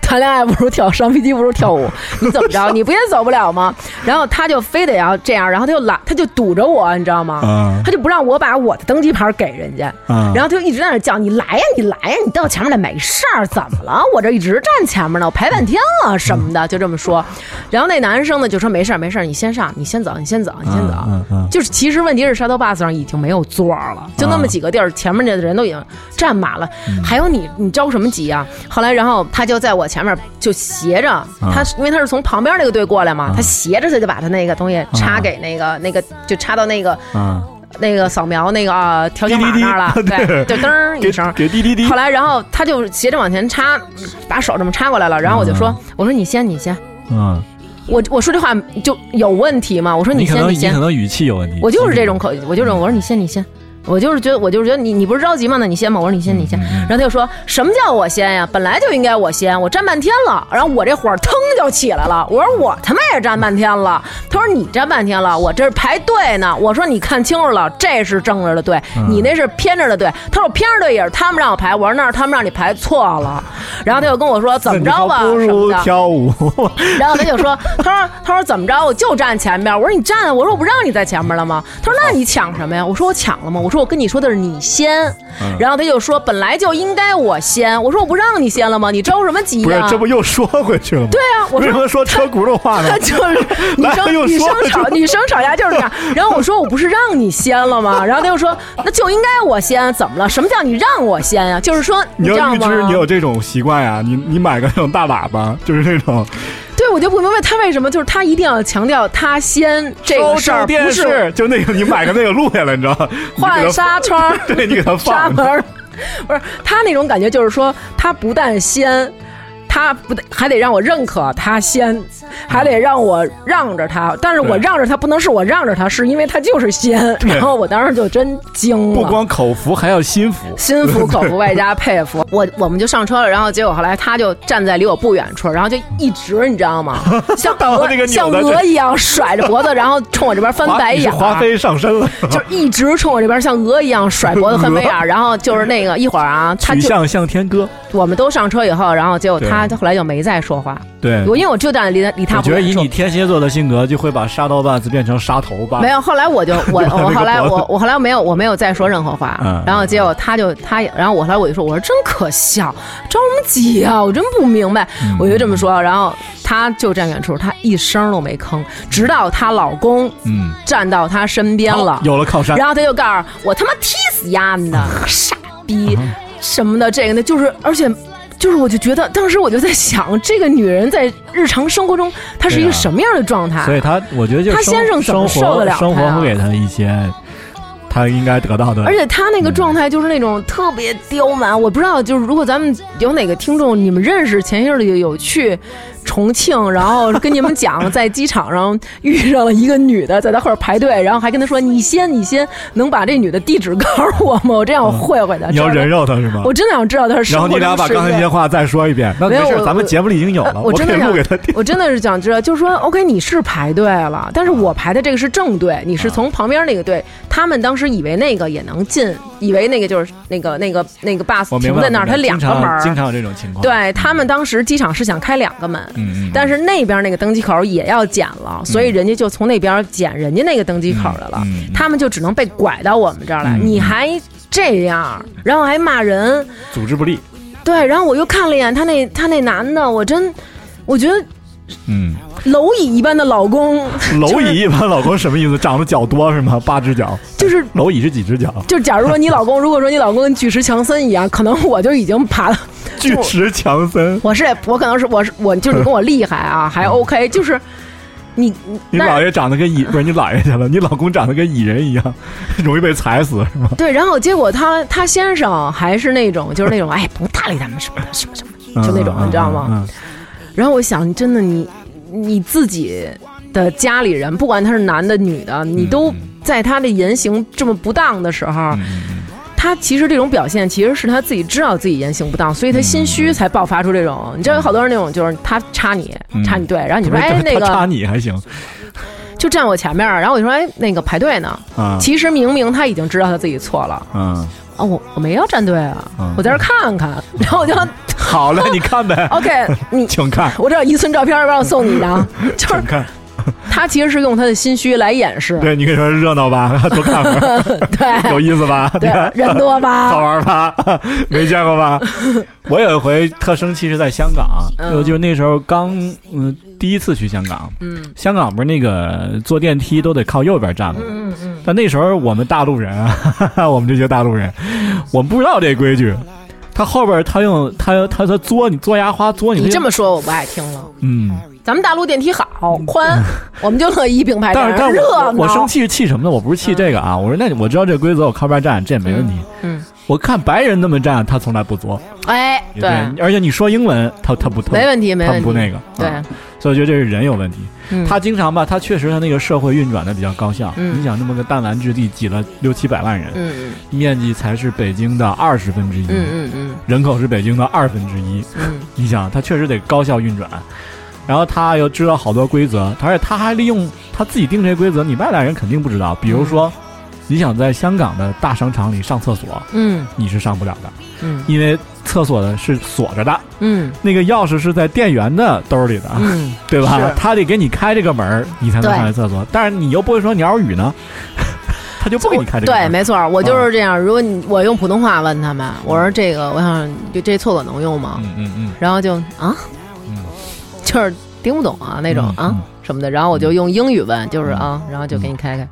D: 谈恋爱不如跳，上飞机不如跳舞，你怎么着？你不也走不了吗？然后他就非得要这样，然后他就拦，他就堵着我，你知道吗？
C: 啊
D: 他就不让我把我的登机牌给人家，
C: 啊
D: 然后他就一直在那叫你来呀，你来呀，你到前面来没事儿，怎么了？我这一直站前面呢，我排半天了什么的，就这么说。然后那男生呢就说没事儿没事儿，你先上，你先走，你先走，你先走。
C: 嗯嗯
D: 就是其实问题是 shuttle bus 上已经没有座儿了，就那么几个地儿，前面的人都已经站满了，
C: 嗯
D: 还有你，你着什么急啊？后来，然后他就在我前面就斜
C: 啊
D: 着，他因为他是从旁边那个队过来嘛，他斜着他就把他那个东西插给那个那个就插到那个
C: 啊
D: 那个扫描那个啊条形码那儿了，
C: 滴滴滴
D: 对，就噔儿一
C: 给
D: 声。
C: 给 滴滴滴
D: 后，来，然后他就斜着往前插，把手这么插过来了。然后我就
C: 啊
D: 说：“我说你先，你先。
C: 嗯，
D: 我”我说这话就有问题吗？我说
C: 你可
D: 先，
C: 能
D: 你
C: 你嗯
D: 先
C: 可。能语气有问题，
D: 我就是这种口，我就是我说你先，你先。我就是觉得，我就是觉得你你不是着急吗？那你先吧。我说你先，你先。
C: 嗯
D: 然后他就说什么叫我先呀？本来就应该我先，我站半天了。然后我这火儿腾就起来了。我说我他妈也站半天了。他说你站半天了，我这是排队呢。我说你看清楚了，这是正着的队，
C: 嗯
D: 你那是偏着的队。他说我偏着队也是他们让我排，我说那是他们让你排错了。然后他又跟我说怎么着吧，
C: 不
D: 什么
C: 如
D: 的。
C: 跳舞，
D: 然后他就说：“他说他说怎么着，我就站前面。”我说：“你站，我说我不让你在前面了吗？”他说：“那你抢什么呀？”我说：“我抢了吗？”我说：“我跟你说的是你先。
C: 嗯
D: 然后他就说：“本来就应该我先。”我说：“我不让你先了吗？你着什么急
C: 不是
D: 哎呀、
C: 这不又说回去了吗？对
D: 对呀、我
C: 为什
D: 说
C: 么说车轱辘话呢
D: 他？ 就是女
C: 来了
D: 生
C: 又
D: 女
C: 说
D: 生
C: 了
D: 吵女生吵架就是这样。然后我说我不是让你先了吗？然后他就说那就应该我先，怎么了？什么叫你让我先呀、就是说
C: 你
D: 知
C: 要
D: 道
C: 预
D: 吗？
C: 知你有这种习惯呀、你你买个那种大喇叭，就是那种
D: 对我就不明白他为什么就是他一定要强调他先这个
C: 收
D: 事儿，
C: 成
D: 不
C: 电
D: 是
C: 视，就那个你买个那个录下来，你知道吗？你给
D: 换
C: 它、
D: 纱窗儿
C: 对你给它
D: 纱
C: 放
D: 门， 儿，不是他那种感觉，就是说他不但先，他不得还得让我认可他先，还得让我让着他，但是我
C: 对
D: 让着他不能是我让着他，是因为他就是先。然后我当时就真惊
C: 不
D: 了。
C: 光口服，还要心服。
D: 心服口服，外加佩 服。我我们就上车了，然后结果后来他就站在离我不远处，然后就一直你知道 吗？像
C: 到
D: 鹅
C: 那个
D: 像
C: 扭的这
D: 鹅一样甩着脖子，然后冲我这边翻
C: 华
D: 白
C: 你是
D: 眼儿。
C: 华妃上身了，
D: 就是一直冲我这边像鹅一样甩脖子翻白眼儿，然后就是那个一会儿 啊，他
C: 曲
D: 就
C: 项向天歌。
D: 我们都上车以后，然后结果他后来就没再说话。
C: 对，
D: 我因为我就站离离他
C: 我
D: 不
C: 觉得以
D: 远处
C: 你。天蝎座的性格，就会把沙刀把子变成沙头吧。
D: 没有，后来我就 我
C: 那个
D: 我后来
C: 脖子
D: 我我后来没有我没有再说任何话，
C: 嗯
D: 然后结果他就他也，然后我后来我就说我说真可笑，着什么急啊，我真不明白，
C: 嗯
D: 我就这么说，然后他就站远处，他一声都没吭，直到她老公
C: 嗯，
D: 站到她身边了，
C: 有了靠山，
D: 然后他就告诉我我他妈踢死丫 的，傻逼什么的，这个呢，就是而且。就是，我就觉得当时我就在想，这个女人在日常生活中，她是一
C: 对
D: 个
C: 啊
D: 什么样的状态？
C: 所以他我觉得就是
D: 他
C: 生
D: 先生怎
C: 生
D: 么受
C: 活
D: 得了
C: 生
D: 他
C: 活
D: 呀
C: 会给他一些他应该得到的。
D: 而且她那个状态就是那种特别刁蛮。我不知道，就是如果咱们有哪个听众，你们认识前些日子有去重庆，然后跟你们讲， 在机场上遇上了一个女的，在她后边排队，然后还跟她说：“你先，你先，能把这女的地址告诉我吗？我这样我
C: 嗯
D: 会会她。
C: 你要
D: 这样
C: 人肉他是吗？
D: 我真的想知道他是什
C: 然
D: 么
C: 后你俩把刚才那些话再说一遍，那
D: 没
C: 没
D: 有
C: 事，
D: 我
C: 咱们节目里已经有
D: 呃
C: 了，
D: 我
C: 可
D: 真的
C: 以录
D: 想
C: 给他 听。
D: 我真的是想知道，就是说，OK，你是排队了，但是
C: 啊
D: 我排的这个是正队，你是从旁边那个队，他们当时以为那个也能进，以为那个就是那个那个那个 bus
C: 我明
D: 停
C: 白，
D: 在那
C: 我
D: 儿，
C: 明白
D: 它两
C: 经
D: 个
C: 常
D: 门儿
C: 经常有这种情况。
D: 对他们当时机场是想开两个门，
C: 嗯，嗯嗯，嗯
D: 但是那边那个登机口也要捡了，所以人家就从那边捡人家那个登机口的了，
C: 嗯嗯嗯
D: 他们就只能被拐到我们这儿来。
C: 嗯嗯
D: 你还这样，然后还骂人，
C: 组织不力，
D: 对，然后我又看了一眼他那他那男的，我真，我觉得
C: 嗯，
D: 蝼蚁一般的老公，
C: 蝼蚁一般老公什么意思？长了脚多是吗？ 八只脚，
D: 就是
C: 蝼蚁是几只脚？
D: 就假如说你老公，如果说你老公跟巨石强森一样，可能我就已经爬了，
C: 巨石强 森，
D: 我是我可能是我是我就是跟我厉害啊，还 OK，就是 你
C: 你
D: 但
C: 姥爷长得跟蚁不是你姥爷去了，你老公长得跟蚁人一样， 容易被踩死是吗？
D: 对，然后结果他他先生还是那种就是那种哎不搭理他们什么的什么什么， 就那种
C: 嗯
D: 你知道吗？？
C: 嗯嗯
D: 然后我想，真的你你自己的家里人，不管他是男的女的，你都在他的言行这么不当的时
C: 嗯
D: 候。他其实这种表现，其实是他自己知道自己言行不当，所以他心虚才爆发出这种。你知道有好多人那种，就是他插你，插你队，然后你
C: 嗯
D: 说
C: 他
D: 哎那
C: 他插
D: 个
C: 你还行
D: 就站我前面儿，然后我就说哎那个排队呢。
C: 啊，
D: 其实明明他已经知道他自己错了
C: 嗯，
D: 啊，我我没要站队啊
C: 嗯，
D: 我在这儿看看，然后我 就，
C: 好嘞，你看呗
D: OK 你。
C: 请看，
D: 我这有一寸照片，要不然我送你一 张。就是
C: 请看，
D: 他其实是用他的心虚来掩饰，
C: 对你可以说热闹 吧，多看会儿，有
D: 对
C: 意思吧？你
D: 对啊
C: 看，
D: 人多
C: 好
D: 吧？
C: 玩吧？ 没见 过吧？我有一回特生气是在香港，
D: 嗯
C: 就就是那时候刚嗯、第一次去香港，嗯，香港不是那个坐电梯都得靠右边站吗？嗯嗯。 但那时候我们大陆人啊，我们这些大陆人，我们不知道这规矩。他后边他用他他他作你作牙花作你，
D: 你
C: 他
D: 这
C: 就
D: 么说我不爱听了。
C: 嗯，
D: 咱们大陆电梯好宽，我们就乐意并排
C: 但是
D: 站，
C: 但是
D: 哎热闹。
C: 我我生气是气什么呢？我不是气这个啊，我说那我知道这规则，我靠边站，这也没问题。
D: 嗯，
C: 我看白人那么站，他从来不作，
D: 哎，
C: 也
D: 对，
C: 而且你说英文，他他不他
D: 没问题，没
C: 他
D: 问
C: 不
D: 题。
C: 那个，
D: 对
C: 啊所以我觉得这是人有问题。
D: 嗯
C: 他经常吧，他确实他那个社会运转的比较高效。
D: 嗯
C: 你想那么个弹丸之地挤了六七百万人，
D: 嗯
C: 面积才是北京的二十分之一，
D: 嗯嗯嗯
C: 人口是北京的二分之一。
D: 嗯
C: 你想，他确实得高效运转，然后他又知道好多规则，而且他还利用他自己定这些规则，你外来人肯定不知道。比如说，你想在香港的大商场里上厕所，
D: 嗯
C: 你是上不了的，
D: 嗯
C: 因为厕所的是锁着的，
D: 嗯
C: 那个钥匙是在店员的兜里的，
D: 嗯，
C: 对吧
D: 是？
C: 他得给你开这个门儿，你才能
D: 对
C: 上这厕所。但是你又不会说鸟语呢， 他就不给你开这个门
D: 对，
C: 儿。啊
D: 没错，我就是这样。如果你我用普通话问他们，我说这个，我想就这厕所能用吗？
C: 嗯嗯嗯
D: 然后就啊，
C: 嗯
D: 就是听不懂啊那种
C: 嗯
D: 啊
C: 嗯
D: 什么的，然后我就用英语问，就是
C: 嗯
D: 啊，然后就给你开开，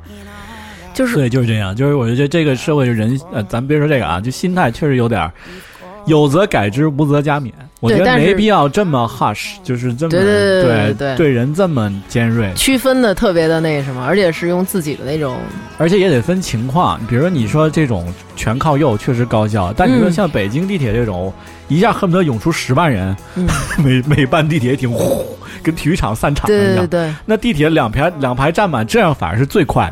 D: 就是
C: 对，就是这样。就是我觉得这个社会人，呃，咱别说这个啊，就心态确实有点儿，有则改之，无则加勉。我觉
D: 对
C: 得
D: 但是
C: 没必要这么 hush，就是这么
D: 对对对对
C: 对
D: 对对
C: 人这么尖锐，
D: 区分的特别的那什么，而且是用自己的那种，
C: 而且也得分情况。比如说你说这种全靠右确实高效，但你说
D: 嗯
C: 像北京地铁这种，一下恨不得涌出十万人，
D: 嗯，
C: 每每班地铁一停，呼，跟体育场散场一
D: 对
C: 样
D: 对。对
C: 那地铁两排两排站满，这样反而是最快。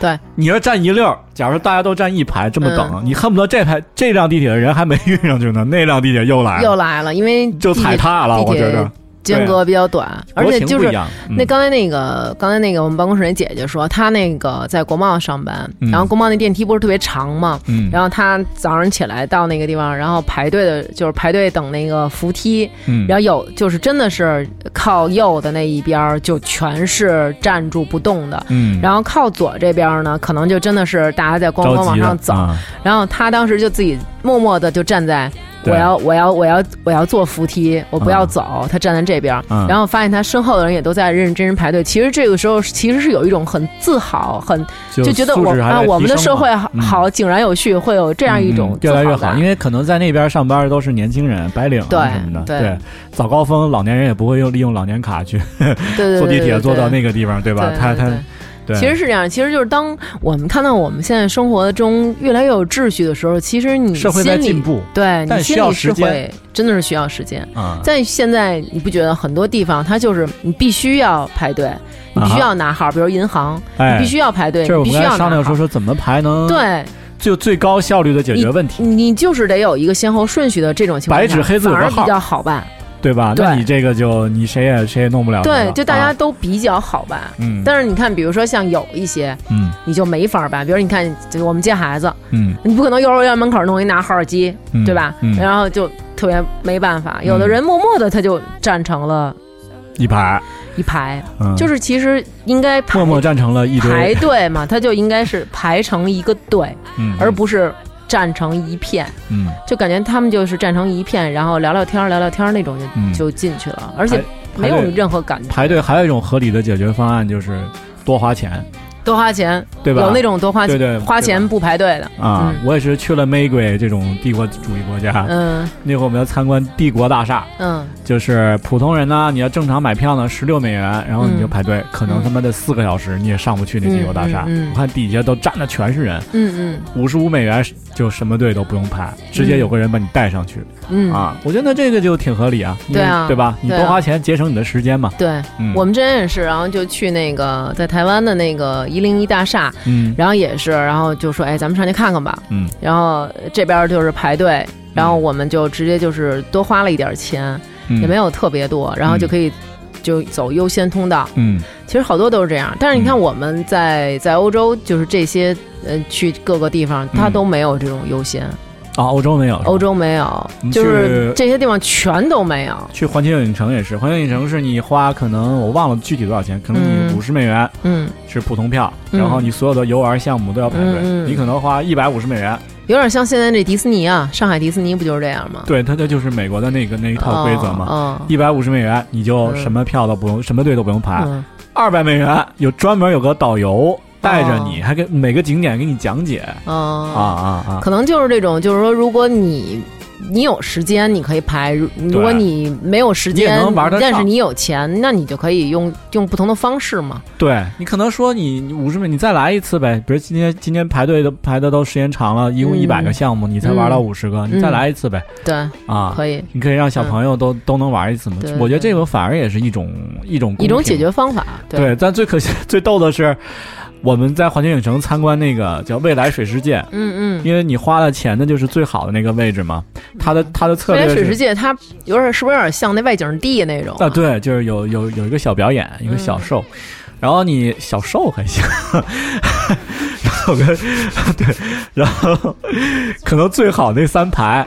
D: 对，嗯
C: 你要站一溜儿，假如大家都站一排这么等，你恨不得这排这辆地铁的人还没运上去呢，那辆地铁又来
D: 对，又来了，因为
C: 就
D: 地
C: 踩踏了。
D: 地
C: 我觉
D: 铁
C: 着，
D: 间隔比较短，而且就
C: 国情不
D: 是
C: 一样嗯
D: 那刚才那个，刚才那个我们办公室那姐姐说，她那个在国贸上班，
C: 嗯
D: 然后国贸那电梯不是特别长嘛，
C: 嗯
D: 然后她早上起来到那个地方，然后排队的就是排队等那个扶梯，
C: 嗯
D: 然后有就是真的是靠右的那一边儿就全是站住不动的。
C: 嗯，
D: 然后靠左这边儿呢，可能就真的是大家在咣咣
C: 着
D: 往
C: 急了
D: 上走，
C: 啊
D: 然后她当时就自己默默的就站在
C: 对
D: 我要我要我要我要坐扶梯，我不要走。他站在这边，
C: 嗯
D: 然后发现他身后的人也都在认认真真排队。其实这个时候其实是有一种很自豪，很
C: 就
D: 觉得我
C: 素质还
D: 啊
C: 在
D: 我们的
C: 提
D: 社
C: 升嘛
D: 会好
C: 嗯
D: 好井然有序，会有这样一种
C: 嗯越来越
D: 自
C: 好，
D: 感
C: 因为可能在那边上班都是年轻人、白领啊
D: 对
C: 什么的，
D: 对
C: 对，早高峰老年人也不会用利用老年卡去
D: 对对对
C: 坐地铁坐到那
D: 个
C: 个地方，对吧？他他对，
D: 其实是这样，其实就是当我们看到我们现在生活中越来越有秩序的时候，其实你
C: 社会在
D: 心里
C: 进，步
D: 对
C: 但
D: 你
C: 需
D: 心
C: 要
D: 里
C: 时
D: 是
C: 间
D: 会真的是需要时间。
C: 啊，
D: 在现在，你不觉得很多地方它就是你必须要排队，你必须要拿号，比如银行，
C: 啊哎
D: 你必须要排队，
C: 这是
D: 你
C: 我
D: 必
C: 们
D: 须
C: 刚
D: 要
C: 才商
D: 拿
C: 量说
D: 号。
C: 说怎么排能
D: 对
C: 就最高效率的解决问题，
D: 你就是得有一个先后顺序的这种情况下，
C: 白纸黑字有个
D: 反而
C: 号
D: 比较好办。
C: 对吧？那
D: 对
C: 你这个就你谁也谁也弄不了这个。
D: 对，就大家
C: 啊
D: 都比较好办。
C: 嗯，
D: 但是你看，比如说像有一些
C: 嗯
D: 你就没法办，比如你看，就我们接孩子，
C: 嗯
D: 你不可能幼儿园门口弄一拿号机，
C: 嗯，
D: 对吧？
C: 嗯，
D: 然后就特别没办法，
C: 嗯
D: 有的人默默的他就站成了
C: 一排，
D: 一排，
C: 嗯，
D: 就是其实应该排
C: 默默站成了一
D: 排
C: 堆，
D: 队嘛，它就应该是排成一个队，
C: 嗯，
D: 而不是站成一片。
C: 嗯，
D: 就感觉他们就是站成一片，然后聊聊天儿、聊聊天儿那种就、
C: 嗯
D: 就进去了，而且
C: 排
D: 没有
C: 排队
D: 任何感觉。
C: 排队还有一种合理的解决方案就是多花钱，
D: 多花钱，
C: 对吧？
D: 有那种多花
C: 对对
D: 花钱不排队的，
C: 啊，
D: 嗯
C: 我也是去了玫瑰这种帝国主义国家，
D: 嗯
C: 那会儿我们要参观帝国大厦，
D: 嗯
C: 就是普通人呢，你要正常买票呢，十六美元，然后你就
D: 嗯
C: 排队，可能他妈的四个小时你也上不去那帝国大厦。
D: 嗯嗯嗯
C: 我看底下都站的全是人，
D: 嗯
C: 五十五美元就什么队都不用排，直接有个人把你带上去、
D: 嗯嗯，
C: 啊！我觉得这个就挺合理啊，因为
D: 对啊
C: 对吧？你
D: 对
C: 多
D: 啊
C: 花钱节省你的时间嘛。
D: 对。
C: 嗯，
D: 我们之前也是，然后就去那个在台湾的那个一零一大厦，
C: 嗯
D: 然后也是，然后就说，哎，咱们上去看看吧。
C: 嗯，
D: 然后这边就是排队，然后我们就直接就是多花了一点钱，
C: 嗯
D: 也没有特别多，然后就可以就走优先通道。
C: 嗯
D: 其实好多都是这样，但是你看我们在在欧洲，就是这些呃去各个地方，它
C: 嗯
D: 都没有这种优先，
C: 啊，欧洲没有是吧
D: 欧洲没有
C: 你，
D: 就是
C: 去
D: 这些地方全都没有。
C: 去环球影城也是，环球影城是你花可能我忘了具体多少钱，可能你
D: 嗯
C: 五十美元
D: 嗯，
C: 是普通票，
D: 嗯
C: 然后你所有的游玩项目都要排队，
D: 嗯嗯
C: 你可能花一百五十美元，
D: 有点像现在这迪士尼啊，上海迪士尼不就是这样吗？
C: 对，它这就是美国的那个那一套规则嘛。
D: 哦
C: 一百五十美元，你就
D: 嗯
C: 什么票都不用，什么队都不用排。
D: 嗯
C: 二百美元有专门有个导游带着
D: 哦
C: 你，还给每个景点给你讲解。
D: 嗯
C: 啊啊啊！
D: 可能就是这种，就是说，如果你你有时间你可以排，如如果你没有时
C: 你也
D: 间
C: 能玩，得
D: 但是
C: 上
D: 你有钱，那你就可以用用不同的方式嘛。
C: 对你可能说你五十米，你再来一次呗。比如今天今天排队都排的都时间长了，一共
D: 嗯
C: 一百个项目，你才玩到五十个，你再
D: 嗯
C: 来一次呗。
D: 对，
C: 啊，
D: 可以
C: 你可以让小朋友都都能玩一次嘛
D: 嗯对。
C: 我觉得
D: 对
C: 这个反而也是一种一种公
D: 一种
C: 平
D: 解决方法。对，
C: 对，但最可惜、 最逗的是，我们在环球影城参观那个叫未来水世界，
D: 嗯嗯。嗯
C: 因为你花了钱的就是最好的那个位置嘛。它的它的策
D: 未来
C: 略
D: 水世
C: 是
D: 界它有点是不是有点像那外景地那种
C: 啊，对，就是有有有一个小表演，一个
D: 嗯
C: 小兽，然后你小兽还行， 有个 对，然后可能最好那三排。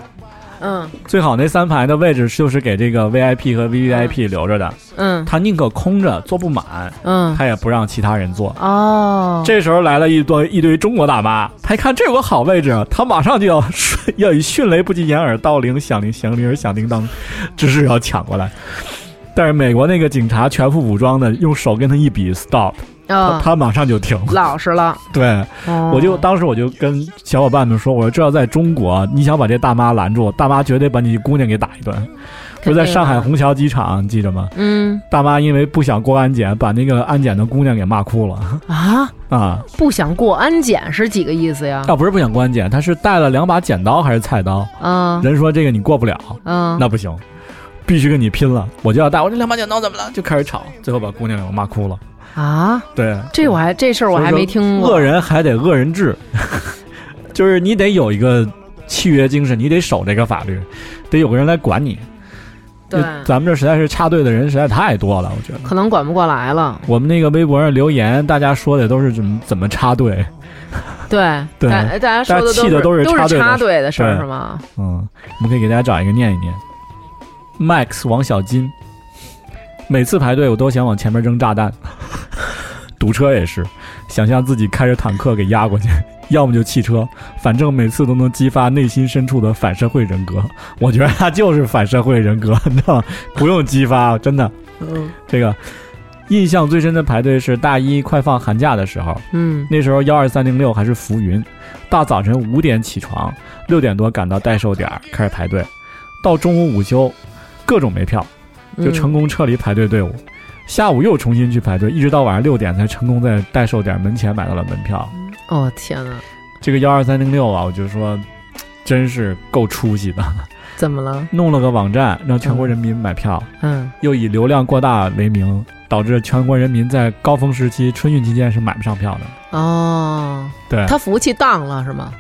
D: 嗯
C: 最好那三排的位置就是给这个 VIP 和 VVIP 留着的，
D: 嗯
C: 他宁可空着坐不满，
D: 嗯。
C: 他也不让其他人坐。
D: 哦，
C: 这时候来了一堆一堆中国大妈，她一看这有个好位置，她马上就要要以迅雷不及掩耳盗铃响铃响铃儿响叮当之势要抢过来。但是美国那个警察全副武装的，用手跟他一比 stop，他
D: 嗯，
C: 他马上就停。
D: 老实了。
C: 对，
D: 哦
C: 我就当时我就跟小伙伴们说，我说这要在中国，你想把这大妈拦住，大妈绝对把你姑娘给打一顿。不
D: 肯定啊
C: 是
D: 的
C: 在上海虹桥机场，你记着吗？
D: 嗯
C: 大妈因为不想过安检，把那个安检的姑娘给骂哭了
D: 啊，
C: 啊。
D: 不想过安检是几个意思呀？
C: 啊，不是不想过安检，他是带了两把剪刀还是菜刀？
D: 啊
C: 人说这个你过不了，
D: 啊，
C: 哦那不行，必须跟你拼了，我就要带。我这两把剪刀怎么了？就开始吵，最后把姑娘给我骂哭了。
D: 啊，
C: 对，
D: 嗯这我还这事儿我还没听
C: 恶
D: 过。
C: 人还得恶人治， 就是你得有一个契约精神，你得守这个法律，得有个人来管你。
D: 对，
C: 就咱们这实在是插队的人实在太多了，我觉得。
D: 可能管不过来了。
C: 我们那个微博上留言，大家说的都是怎么怎么插队，
D: 对，
C: 对
D: 大大家说
C: 大家气的
D: 都
C: 都是
D: 都
C: 插队的
D: 插队的事儿
C: 对
D: 是吗？
C: 嗯，我们可以给大家找一个念一念。Max 王小金，每次排队我都想往前面扔炸弹， 堵车也是，想象自己开着坦克给压过去， 要么就汽车，反正每次都能激发内心深处的反社会人格。我觉得他就是反社会人格， 你知道吗？不用激发，真的。
D: 嗯
C: 这个印象最深的排队是大一快放寒假的时候，
D: 嗯
C: 那时候幺二三零六还是浮云，大早晨五点起床，六点多赶到代售点儿开始排队，到中午午休，各种没票，
D: 嗯
C: 就成功撤离排队队伍。下午又重新去排队，一直到晚上六点才成功在代售点门前买到了门票。
D: 哦天哪，
C: 这个幺二三零六啊，我就说，真是够出息的，
D: 怎么了？
C: 弄了个网站让全国人民买票，
D: 嗯
C: 又以流量过大为名，导致全国人民在高峰时期春运期间是买不上票的。
D: 哦，
C: 对，
D: 他服务器当了是吗？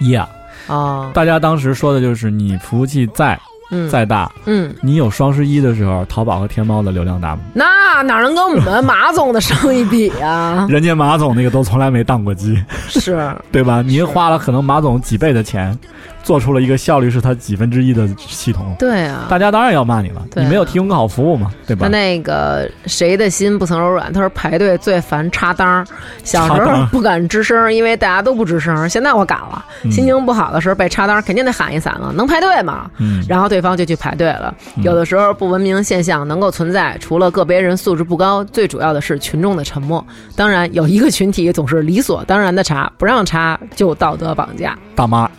C: yeah。
D: 哦，
C: 大家当时说的就是，你服务器再
D: 嗯
C: 再大，
D: 嗯，
C: 你有双十一的时候，淘宝和天猫的流量大吗？
D: 那哪能跟我们马总的生意比呀
C: ？人家马总那个都从来没当过机，
D: 是，
C: 对吧？您花了可能马总几倍的钱，做出了一个效率是他几分之一的系统，
D: 对啊。
C: 大家当然要骂你了，
D: 对啊
C: 你没有提供好服务嘛，对
D: 他
C: 吧？
D: 那个谁的心不曾柔软？他说排队最烦插裆儿，小时
C: 插裆
D: 候
C: 儿
D: 不敢吱声，因为大家都不吱声。现在我敢了，
C: 嗯
D: 心情不好的时候被插裆儿，肯定得喊一嗓子，能排队吗？
C: 嗯，
D: 然后对方就去排队了。
C: 嗯
D: 有的时候不文明现象能够存在，除了个别人素质不高，最主要的是群众的沉默。当然，有一个群体总是理所当然的查，不让查就道德绑架。
C: 大妈，
D: 啊，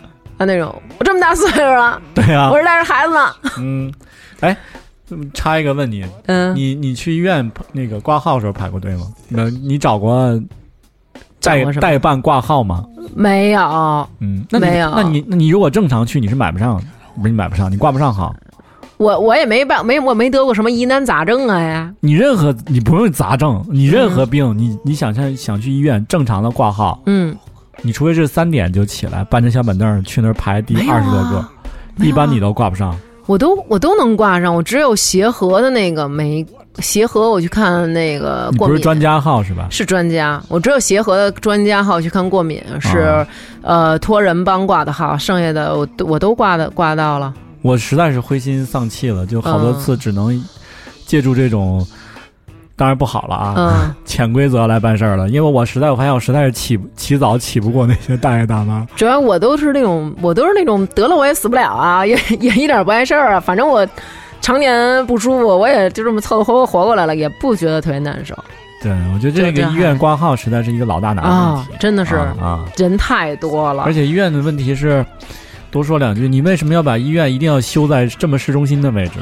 D: 那种我这么大岁数了，
C: 对呀
D: 我，是带着孩子呢。
C: 嗯，哎，嗯插一个问你，
D: 嗯，
C: 你你去医院那个挂号的时候排过队吗？那你找过代
D: 找过什么
C: 代办挂号吗？
D: 没有，
C: 嗯，那你
D: 没有
C: 那你那你如果正常去，你是买不上，不是你买不上，你挂不上号。
D: 我我也没办没我没得过什么疑难杂症啊呀。
C: 你任何你不用杂症，你任何病，你你想想想去医院正常的挂号，
D: 嗯，
C: 你除非是三点就起来，搬着小板凳儿去那儿排第
D: 没有啊
C: 二十多个，
D: 没有啊
C: 一般你都挂不上。
D: 我都我都能挂上，我只有协和的那个没协和，我去看那个呃
C: 你
D: 过
C: 不
D: 敏。
C: 是专家号是吧？
D: 是专家，我只有协和的专家号去看过敏，是、
C: 啊
D: 呃托人帮挂的号，剩下的我都我都挂的挂到了。
C: 我实在是灰心丧气了，就好多
D: 嗯
C: 次只能借助这种，当然不好了啊，
D: 嗯
C: 潜规则来办事儿了。因为我实在我发现我实在是起不起早起不过那些大爷大妈。
D: 主要我都是那种我都是那种得了我也死不了啊，也也一点不碍事儿啊，反正我常年不舒服，我也就这么凑合活活过来了，也不觉得特别难受
C: 对，我觉得这
D: 这
C: 个
D: 还
C: 医院挂号实在是一个老大难的
D: 啊
C: 问题，，
D: 真的是
C: 啊啊
D: 人太多了
C: 而，且医院的问题是，多说两句，你为什么要把医院一定要修在这么市中心的位置，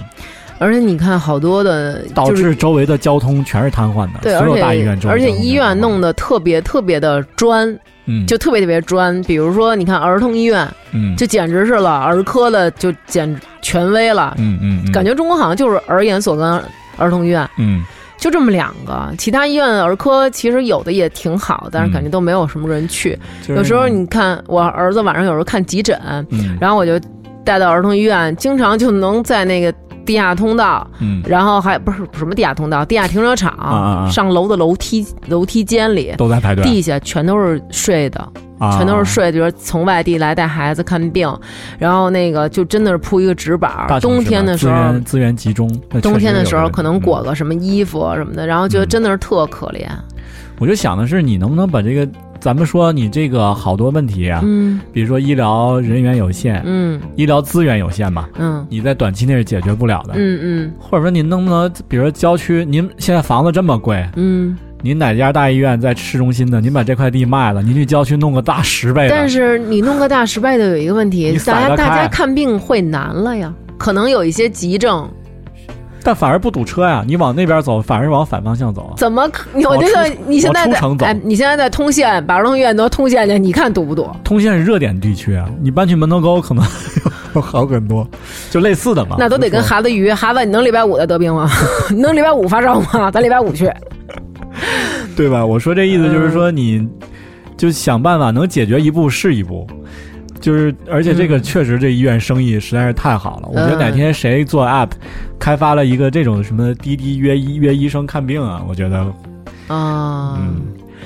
D: 而且你看好多的
C: 导
D: 就是
C: 致周围的交通全是瘫痪的？
D: 对，
C: 所
D: 而
C: 有大医院
D: 且
C: 周围
D: 而且
C: 交通
D: 医
C: 全是
D: 院弄得特别特别的专，
C: 嗯
D: 就特别特别专。比如说，你看儿童医院，
C: 嗯
D: 就简直是了，儿科的就简权威了，
C: 嗯嗯嗯
D: 感觉中国好像就是儿研所跟儿童医院
C: 嗯
D: 就这么两个，其他医院儿科其实有的也挺好，但是
C: 嗯
D: 感觉都没有什么人去。
C: 就是
D: 有时候你看我儿子晚上有时候看急诊，
C: 嗯
D: 然后我就带到儿童医院，经常就能在那个地下通道。
C: 嗯
D: 然后还不是什么地下通道，地下停车场、
C: 啊啊啊
D: 上楼的楼梯楼梯间里，
C: 都在排队，
D: 地下全都是睡的，
C: 啊
D: 全都是睡，就是从外地来带孩子看病，然后那个就真的是铺一个纸板儿，
C: 大城市
D: 冬
C: 吧
D: 天的时
C: 资
D: 候。
C: 源资源集中，那
D: 冬
C: 确
D: 天
C: 实
D: 的
C: 有
D: 时
C: 这
D: 候
C: 个
D: 可能裹
C: 嗯
D: 个什么衣服什么的，然后觉得
C: 嗯
D: 真的是特可怜。
C: 我就想的是，你能不能把这个，咱们说你这个好多问题啊，
D: 嗯
C: 比如说医疗人员有限，
D: 嗯
C: 医疗资源有限嘛，
D: 嗯
C: 你在短期内是解决不了的。
D: 嗯嗯
C: 或者说，您能不能，比如说郊区，您现在房子这么贵，
D: 嗯。
C: 您哪家大医院在市中心的？您把这块地卖了，您去郊区弄个大十倍的。
D: 但是你弄个大失败的有一个问题
C: 你，
D: 大
C: 散
D: 家
C: 得
D: 大
C: 开
D: 家看病会难了呀，可能有一些急症，
C: 但反而不堵车呀，你往那边走，反而往反方向走。
D: 怎么可？我
C: 往
D: 这个
C: 出
D: 你现在
C: 往出
D: 在
C: 城走
D: 哎，你现在在通县，把儿童医院都通县去，你看堵不堵？
C: 通县是热点地区啊，你搬去门头沟可能 有好很多，就类似的嘛。
D: 那都得跟
C: 就是
D: 孩子预约。孩子，你能礼拜五再得病吗？ 你能礼拜五发烧吗？ 咱礼拜五去。
C: 对吧？我说这意思就是说，你就想办法能解决一步是一步。就是，而且这个
D: 嗯
C: 确实，这医院生意实在是太好了。我觉得
D: 嗯
C: 哪天谁做 app，开发了一个这种什么滴滴约医约医生看病啊，我觉得
D: 啊，
C: 嗯，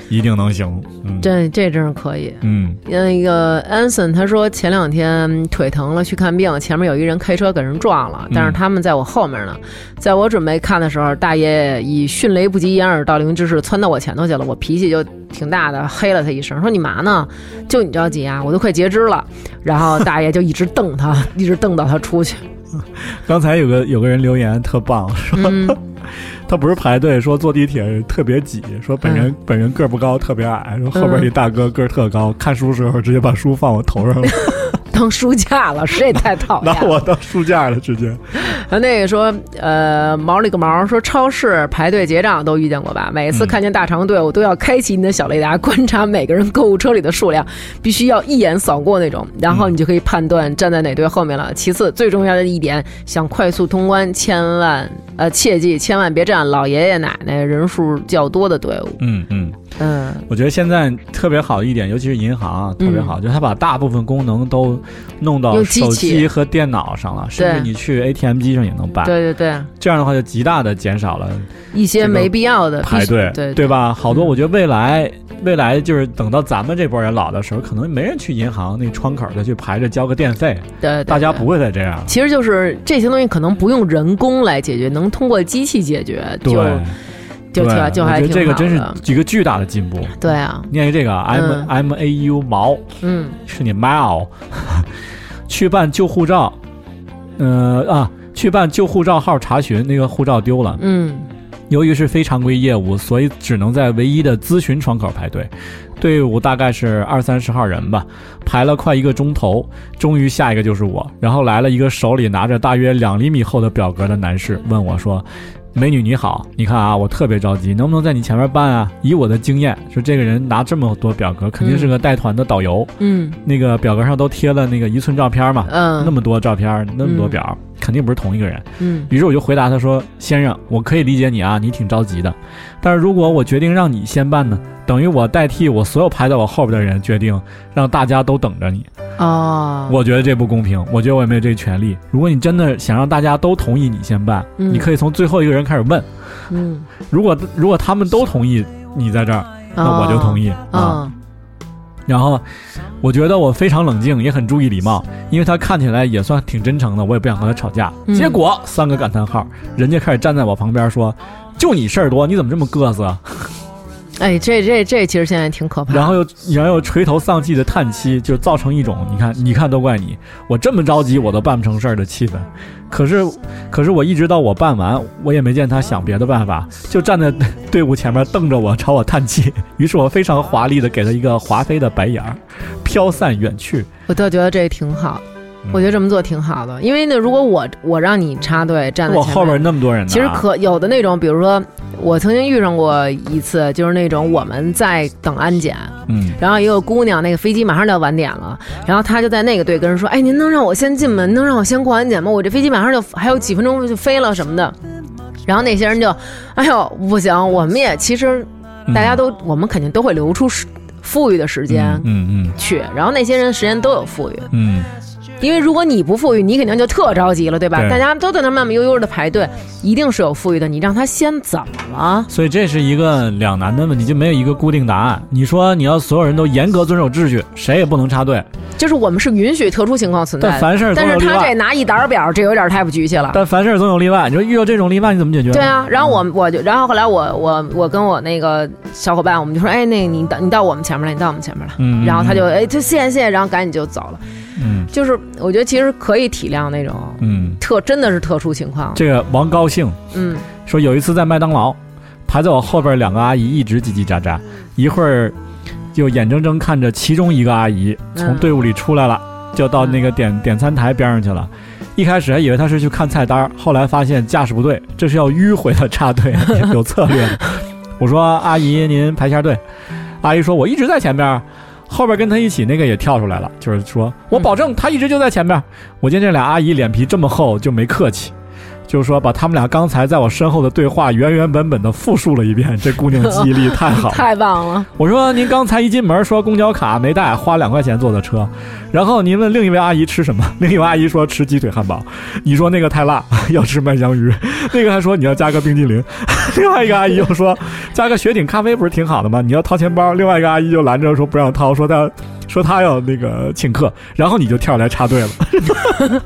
C: 一定能行。嗯，
D: 这这真是可以。
C: 嗯
D: 那个安森他说前两天腿疼了去看病，前面有一人开车给人撞了，但是他们在我后面呢，在我准备看的时候，大爷以迅雷不及掩耳盗铃之势窜到我前头去了，我脾气就挺大的，黑了他一声，说你嘛呢？就你着急啊，我都快截肢了。然后大爷就一直瞪他， 一直瞪到他出去。
C: 刚才有个有个人留言特棒，说、
D: 嗯
C: 他不是排队，说坐地铁特别挤，说本人、本人个儿不高，特别矮，说后边
D: 嗯
C: 一大哥个儿特高，看书时候直接把书放我头上了，
D: 当书架了，谁也太讨厌
C: 拿
D: 了。
C: 我当书架了，直接。
D: 然后那个说，呃，毛里个毛说，超市排队结账都遇见过吧？每次
C: 嗯
D: 看见大长队，我都要开启你的小雷达，观察每个人购物车里的数量，必须要一眼扫过那种，然后你就可以判断站在哪队后面了。其次，最重要的一点，想快速通关，千万呃切记千万别站老爷爷奶奶人数较多的队伍。
C: 嗯嗯。
D: 嗯
C: 我觉得现在特别好的一点，尤其是银行啊，特别好，就是它把大部分功能都弄到
D: 用嗯机器
C: 手机和电脑上了，甚至你去 ATM 机上也能办。
D: 对对对，
C: 这样的话就极大的减少了
D: 一些没必要的
C: 排队，
D: 必须对
C: 对吧？好多
D: 嗯
C: 我觉得未来，未来就是等到咱们这波人老的时候，可能没人去银行那窗口再去排着交个电费，
D: 对对，
C: 大家
D: 对
C: 不会再这样了。
D: 其实就是这些东西可能不用人工来解决，能通过机器解决，就
C: 对，
D: 就
C: 对
D: 挺就还挺
C: 我觉得这个
D: 好的。
C: 真是一个巨大的进步。
D: 对啊，
C: 念一这个 M
D: 嗯
C: M A U 毛，
D: 嗯
C: 是你妈哦！ 去办旧护照，呃啊，去办旧护照号查询，那个护照丢了。
D: 嗯，
C: 由于是非常规业务，所以只能在唯一的咨询窗口排队，队伍大概是二三十号人吧，排了快一个钟头，终于下一个就是我。然后来了一个手里拿着大约两厘米厚的表格的男士，问我说。美女你好，你看啊，我特别着急，能不能在你前面办啊？以我的经验，说这个人拿这么多表格，肯定是个带团的导游。
D: 嗯
C: 那个表格上都贴了那个一寸照片嘛，
D: 嗯，
C: 那么多照片，那么多表，肯定不是同一个人。
D: 嗯
C: 于是我就回答他说：“先生，我可以理解你啊，你挺着急的，但是如果我决定让你先办呢，等于我代替我所有排在我后边的人决定让大家都等着你，
D: 哦，
C: 我觉得这不公平，我觉得我也没有这个权利。如果你真的想让大家都同意你先办，
D: 嗯
C: 你可以从最后一个人开始问，
D: 嗯，
C: 如果如果他们都同意你在这儿，那我就同
D: 意
C: 意、啊。”
D: 啊。
C: 然后我觉得我非常冷静，也很注意礼貌，因为他看起来也算挺真诚的，我也不想和他吵架。
D: 嗯
C: 结果三个感叹号，人家开始站在我旁边说：“就你事儿多，你怎么这么嘚瑟
D: 哎，这这这其实现在挺可？”怕。
C: 然后又然后又垂头丧气的叹气，就造成一种你看你看都怪你，我这么着急我都办不成事儿的气氛。可是可是我一直到我办完，我也没见他想别的办法，就站在队伍前面瞪着我，朝我叹气。于是我非常华丽的给他一个华妃的白眼儿，飘散远去。
D: 我倒觉得这挺好。我觉得这么做挺好的，因为呢，如果我我让你插队站在
C: 我
D: 前
C: 后边那么多人呢，
D: 其实可有的那种，比如说我曾经遇上过一次，就是那种我们在等安检，
C: 嗯，
D: 然后一个姑娘，那个飞机马上就要晚点了，然后她就在那个队跟人说：“哎，您能让我先进吗？您能让我先过安检吗？我这飞机马上就还有几分钟就飞了什么的。”然后那些人就：“哎呦，不行，我们也其实
C: 嗯
D: 大家都，我们肯定都会留出时富裕的时间。
C: 嗯嗯
D: 去，然后那些人时间都有富裕，
C: 嗯
D: 因为如果你不富裕，你肯定就特着急了，对吧？
C: 对
D: 大家都在那慢慢悠悠的排队，一定是有富裕的，你让他先怎么了？
C: 所以这是一个两难的问题，就没有一个固定答案。你说你要所有人都严格遵守秩序，谁也不能插队，
D: 就是我们是允许特殊情况存在
C: 但
D: 的，
C: 凡事总
D: 但
C: 有
D: 是
C: 例
D: 他这
C: 外。
D: 拿一沓表，这有点太不局气了。
C: 但凡事总有例外，你说遇到这种例外你怎么解决？
D: 对，啊，然后我我就，然后后来我我我跟我那个小伙伴，我们就说，哎，那个你到你到我们前面了，你到我们前面了，
C: 嗯，
D: 然后他就哎，就谢谢谢谢，然后赶紧就走了。
C: 嗯
D: 就是我觉得其实可以体谅那种
C: 嗯，
D: 特真的是特殊情况，
C: 这个王高兴
D: 嗯，
C: 说有一次在麦当劳，排在我后边两个阿姨一直叽叽喳喳，一会儿就眼睁睁看着其中一个阿姨从
D: 嗯
C: 队伍里出来了，就到那个点点餐台边上去了。一开始还以为她是去看菜单儿，后来发现架势不对，这是要迂回的插队，有策略的。我说：“阿姨，您排下队。”阿姨说：“我一直在前边儿。”后边跟她一起那个也跳出来了，就是说我保证她一直就在前边儿。我见这俩阿姨脸皮这么厚，就没客气。就是说，把他们俩刚才在我身后的对话原原本本的复述了一遍。这姑娘记忆力太好了。
D: 太棒了，
C: 我说您刚才一进门说公交卡没带，花两块钱坐的车，然后您问另一位阿姨吃什么，另一位阿姨说吃鸡腿汉堡，你说那个太辣， 要吃麦香鱼，那个还说你要加个冰激凌， 另外一个阿姨又说加个雪顶咖啡不是挺好的吗？你要掏钱包，另外一个阿姨就拦着说不让掏，说她说她要那个请客，然后你就跳来插队了。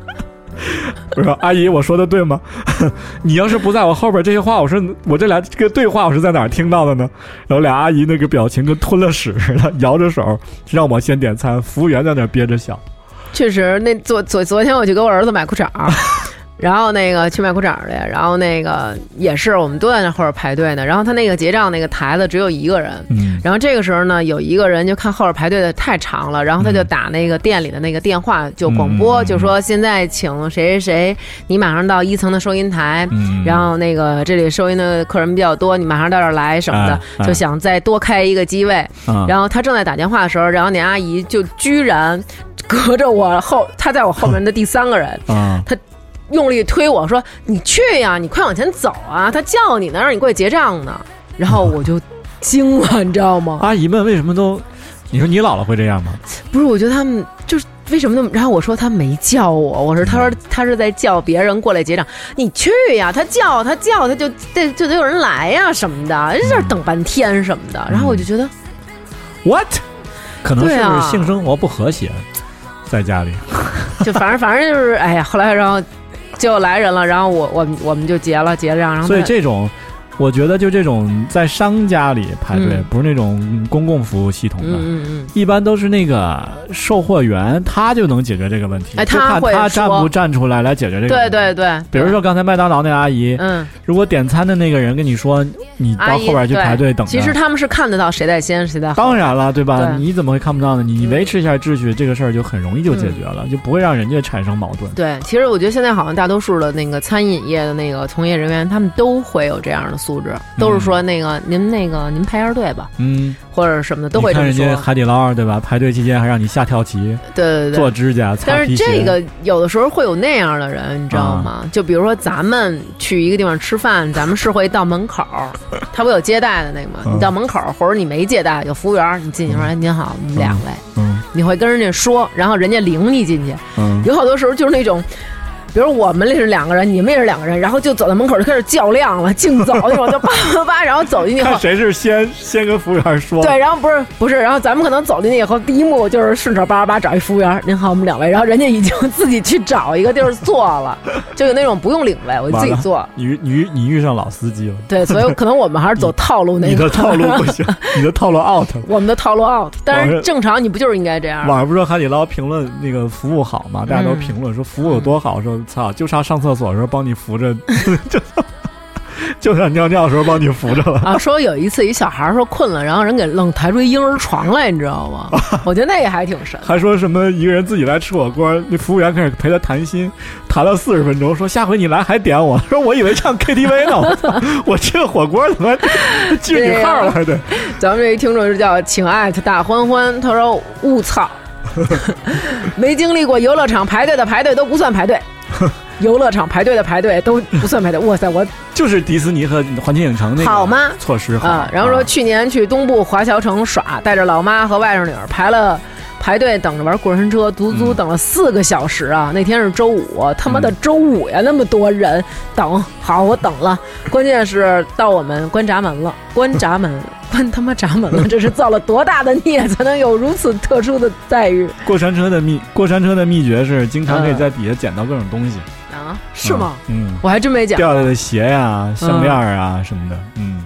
C: 我说阿姨，我说的对吗？ 你要是不在我后边，这些话我是我这俩这个对话我是在哪儿听到的呢？然后俩阿姨那个表情跟吞了屎似的，摇着手让我先点餐，服务员在那儿憋着笑。
D: 确实，那昨昨昨天我去给我儿子买裤衩儿，然后那个去买裤衩儿去，然后那个也是我们都在那会儿排队呢，然后他那个结账那个台子只有一个人。
C: 嗯
D: 然后这个时候呢，有一个人就看后边排队的太长了，然后他就
C: 嗯
D: 打那个店里的那个电话，就广播，
C: 嗯
D: 就说现在请谁谁谁，你马上到一层的收银台，
C: 嗯
D: 然后那个这里收银的客人比较多，你马上到这儿来什么的，
C: 哎哎
D: 就想再多开一个机位。
C: 啊
D: 然后他正在打电话的时候，然后那阿姨就居然隔着我后，她在我后面的第三个人
C: 啊
D: 用力推我说：“你去呀，你快往前走啊！他叫你呢，让你过去结账呢。”然后我就惊了，你知道吗？
C: 阿姨们为什么都？你说你姥姥会这样吗？
D: 不是，我觉得他们就是为什么那么？然后我说他没叫我，我说他
C: 嗯
D: 说他是在叫别人过来结账，你去呀，他叫他叫他就得就得有人来呀什么的，人在这儿等半天什么的。
C: 嗯
D: 然后我就觉得
C: What？可能
D: 对啊
C: 是性生活不和谐，在家里。
D: 就反正反正就是，哎呀，后来然后就来人了，然后我我们我们就结了结账，然后
C: 所以
D: 他
C: 这种，我觉得就这种在商家里排队
D: 嗯，
C: 不是那种公共服务系统的，
D: 嗯嗯嗯，
C: 一般都是那个售货员，他就能解决这个问题。
D: 哎
C: 就
D: 他
C: 看
D: 会
C: 他站
D: 说
C: 不站出来来解决这个问
D: 对
C: 题。
D: 对对，
C: 比如说刚才麦当劳那阿姨，
D: 嗯，
C: 如果点餐的那个人跟你说，你
D: 阿
C: 到
D: 姨
C: 后边去
D: 对
C: 排队等着，
D: 其实他们是看得到谁在先谁在后，
C: 当然了，对吧？
D: 对嗯
C: 你怎么会看不到呢？你你维持一下秩序，这个事儿就很容易就解决了，就不会让人家产生矛盾。
D: 对，其实我觉得现在好像大多数的那个餐饮业的那个从业人员，他们都会有这样的素质，都是说那个您那个您排下队吧，
C: 嗯，
D: 或者什么的都会
C: 你
D: 这
C: 看
D: 么
C: 人
D: 说
C: 家，海底捞，对吧？排队期间还让你下跳棋、
D: 对对对
C: 做。指甲、
D: 但
C: 擦
D: 是
C: 皮鞋。啊
D: 这个有的时候会有那样的人，你知道吗？就比如说咱们去一个地方吃饭，咱们是会到门口儿，他不有接待的那个吗？
C: 嗯
D: 你到门口儿或者你没接待，有服务员儿，你进去说：“哎，您好，我们两位。
C: 嗯
D: 你会跟人家说，然后人家领你进去。
C: 嗯，
D: 有好多时候就是那种。比如我们这是两个人，你们也是两个人，然后就走到门口就开始较量了，竞走那种，就叭叭叭，然后走进去以
C: 看
D: 后，
C: 谁 是先先跟服务员说。
D: 对，然后不是不是，然后咱们可能走进去以后，第一幕就是顺手叭叭叭找一服务员，您好，我们两位，然后人家已经自己去找一个地儿坐了， 就有那种不用领位，我就自己
C: 完了
D: 坐。
C: 你遇你遇你遇上老司机了，
D: 对，所以可能我们还是走套路那
C: 你的
D: 个，
C: 套路不 行，你的套路 out 了。
D: 我们的套路 out。但
C: 网
D: 是
C: 上
D: 正常你不就是应该这样吗？
C: 网上不是说海底捞评论那个服务好
D: 嗯
C: 嘛？大家都 评论说服务有多好，说操，就差上厕所的时候帮你扶着，就就想尿尿的时候帮你扶着了。
D: 啊，说有一次一小孩儿说困了，然后人给愣抬出一婴儿床来，你知道吗？ 我觉得那个还挺神。
C: 还说什么一个人自己来吃火锅，那服务员开始陪他谈心，谈了四十分钟，说下回你来还点我，说我以为唱 KTV 呢，我操，我吃个火锅怎么记着你号了？还
D: 啊
C: 得
D: 咱们这一听众是叫“请艾特大欢欢”，他说：“我操， 没经历过游乐场排队的排队都不算排队，游乐场排队的排队都不算排队。”哇塞，我
C: 就是迪士尼和环球影城那个
D: 好吗
C: 措施好
D: 啊！然后说去年去东部华侨城耍，带着老妈和外甥女儿排了。排队等着玩过山车，足足等了四个小时啊！那天是周五，他妈的周五呀，那么多人等，好，我等了。关键是到我们关闸门了，关闸门， 关他妈闸门了！这是造了多大的孽，才能有如此特殊的待遇
C: 过山车的秘过山车的秘诀是经常可以在底下捡到各种东西，
D: 啊？嗯是吗？
C: 嗯？嗯，
D: 我还真没讲。
C: 掉下来的鞋呀、
D: 嗯
C: 项链啊什么的，嗯，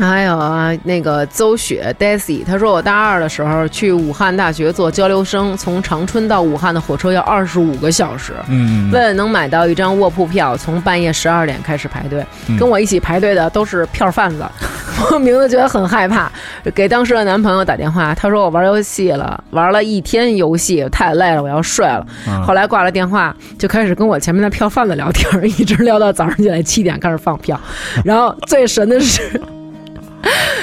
D: 还有啊，那个邹雪 Daisy，她说我大二的时候去武汉大学做交流生，从长春到武汉的火车要二十五个小时。
C: 嗯，
D: 为了能买到一张卧铺票，从半夜十二点开始排队。
C: 嗯
D: 跟我一起排队的都是票贩 子，我名字觉得很害怕。给当时的男朋友打电话，他说我玩游戏了，玩了一天游戏，太累了，我要睡了。
C: 啊
D: 后来挂了电话，就开始跟我前面的票贩子聊天儿， 一直聊到早上起来七点开始放票。然后最神的是，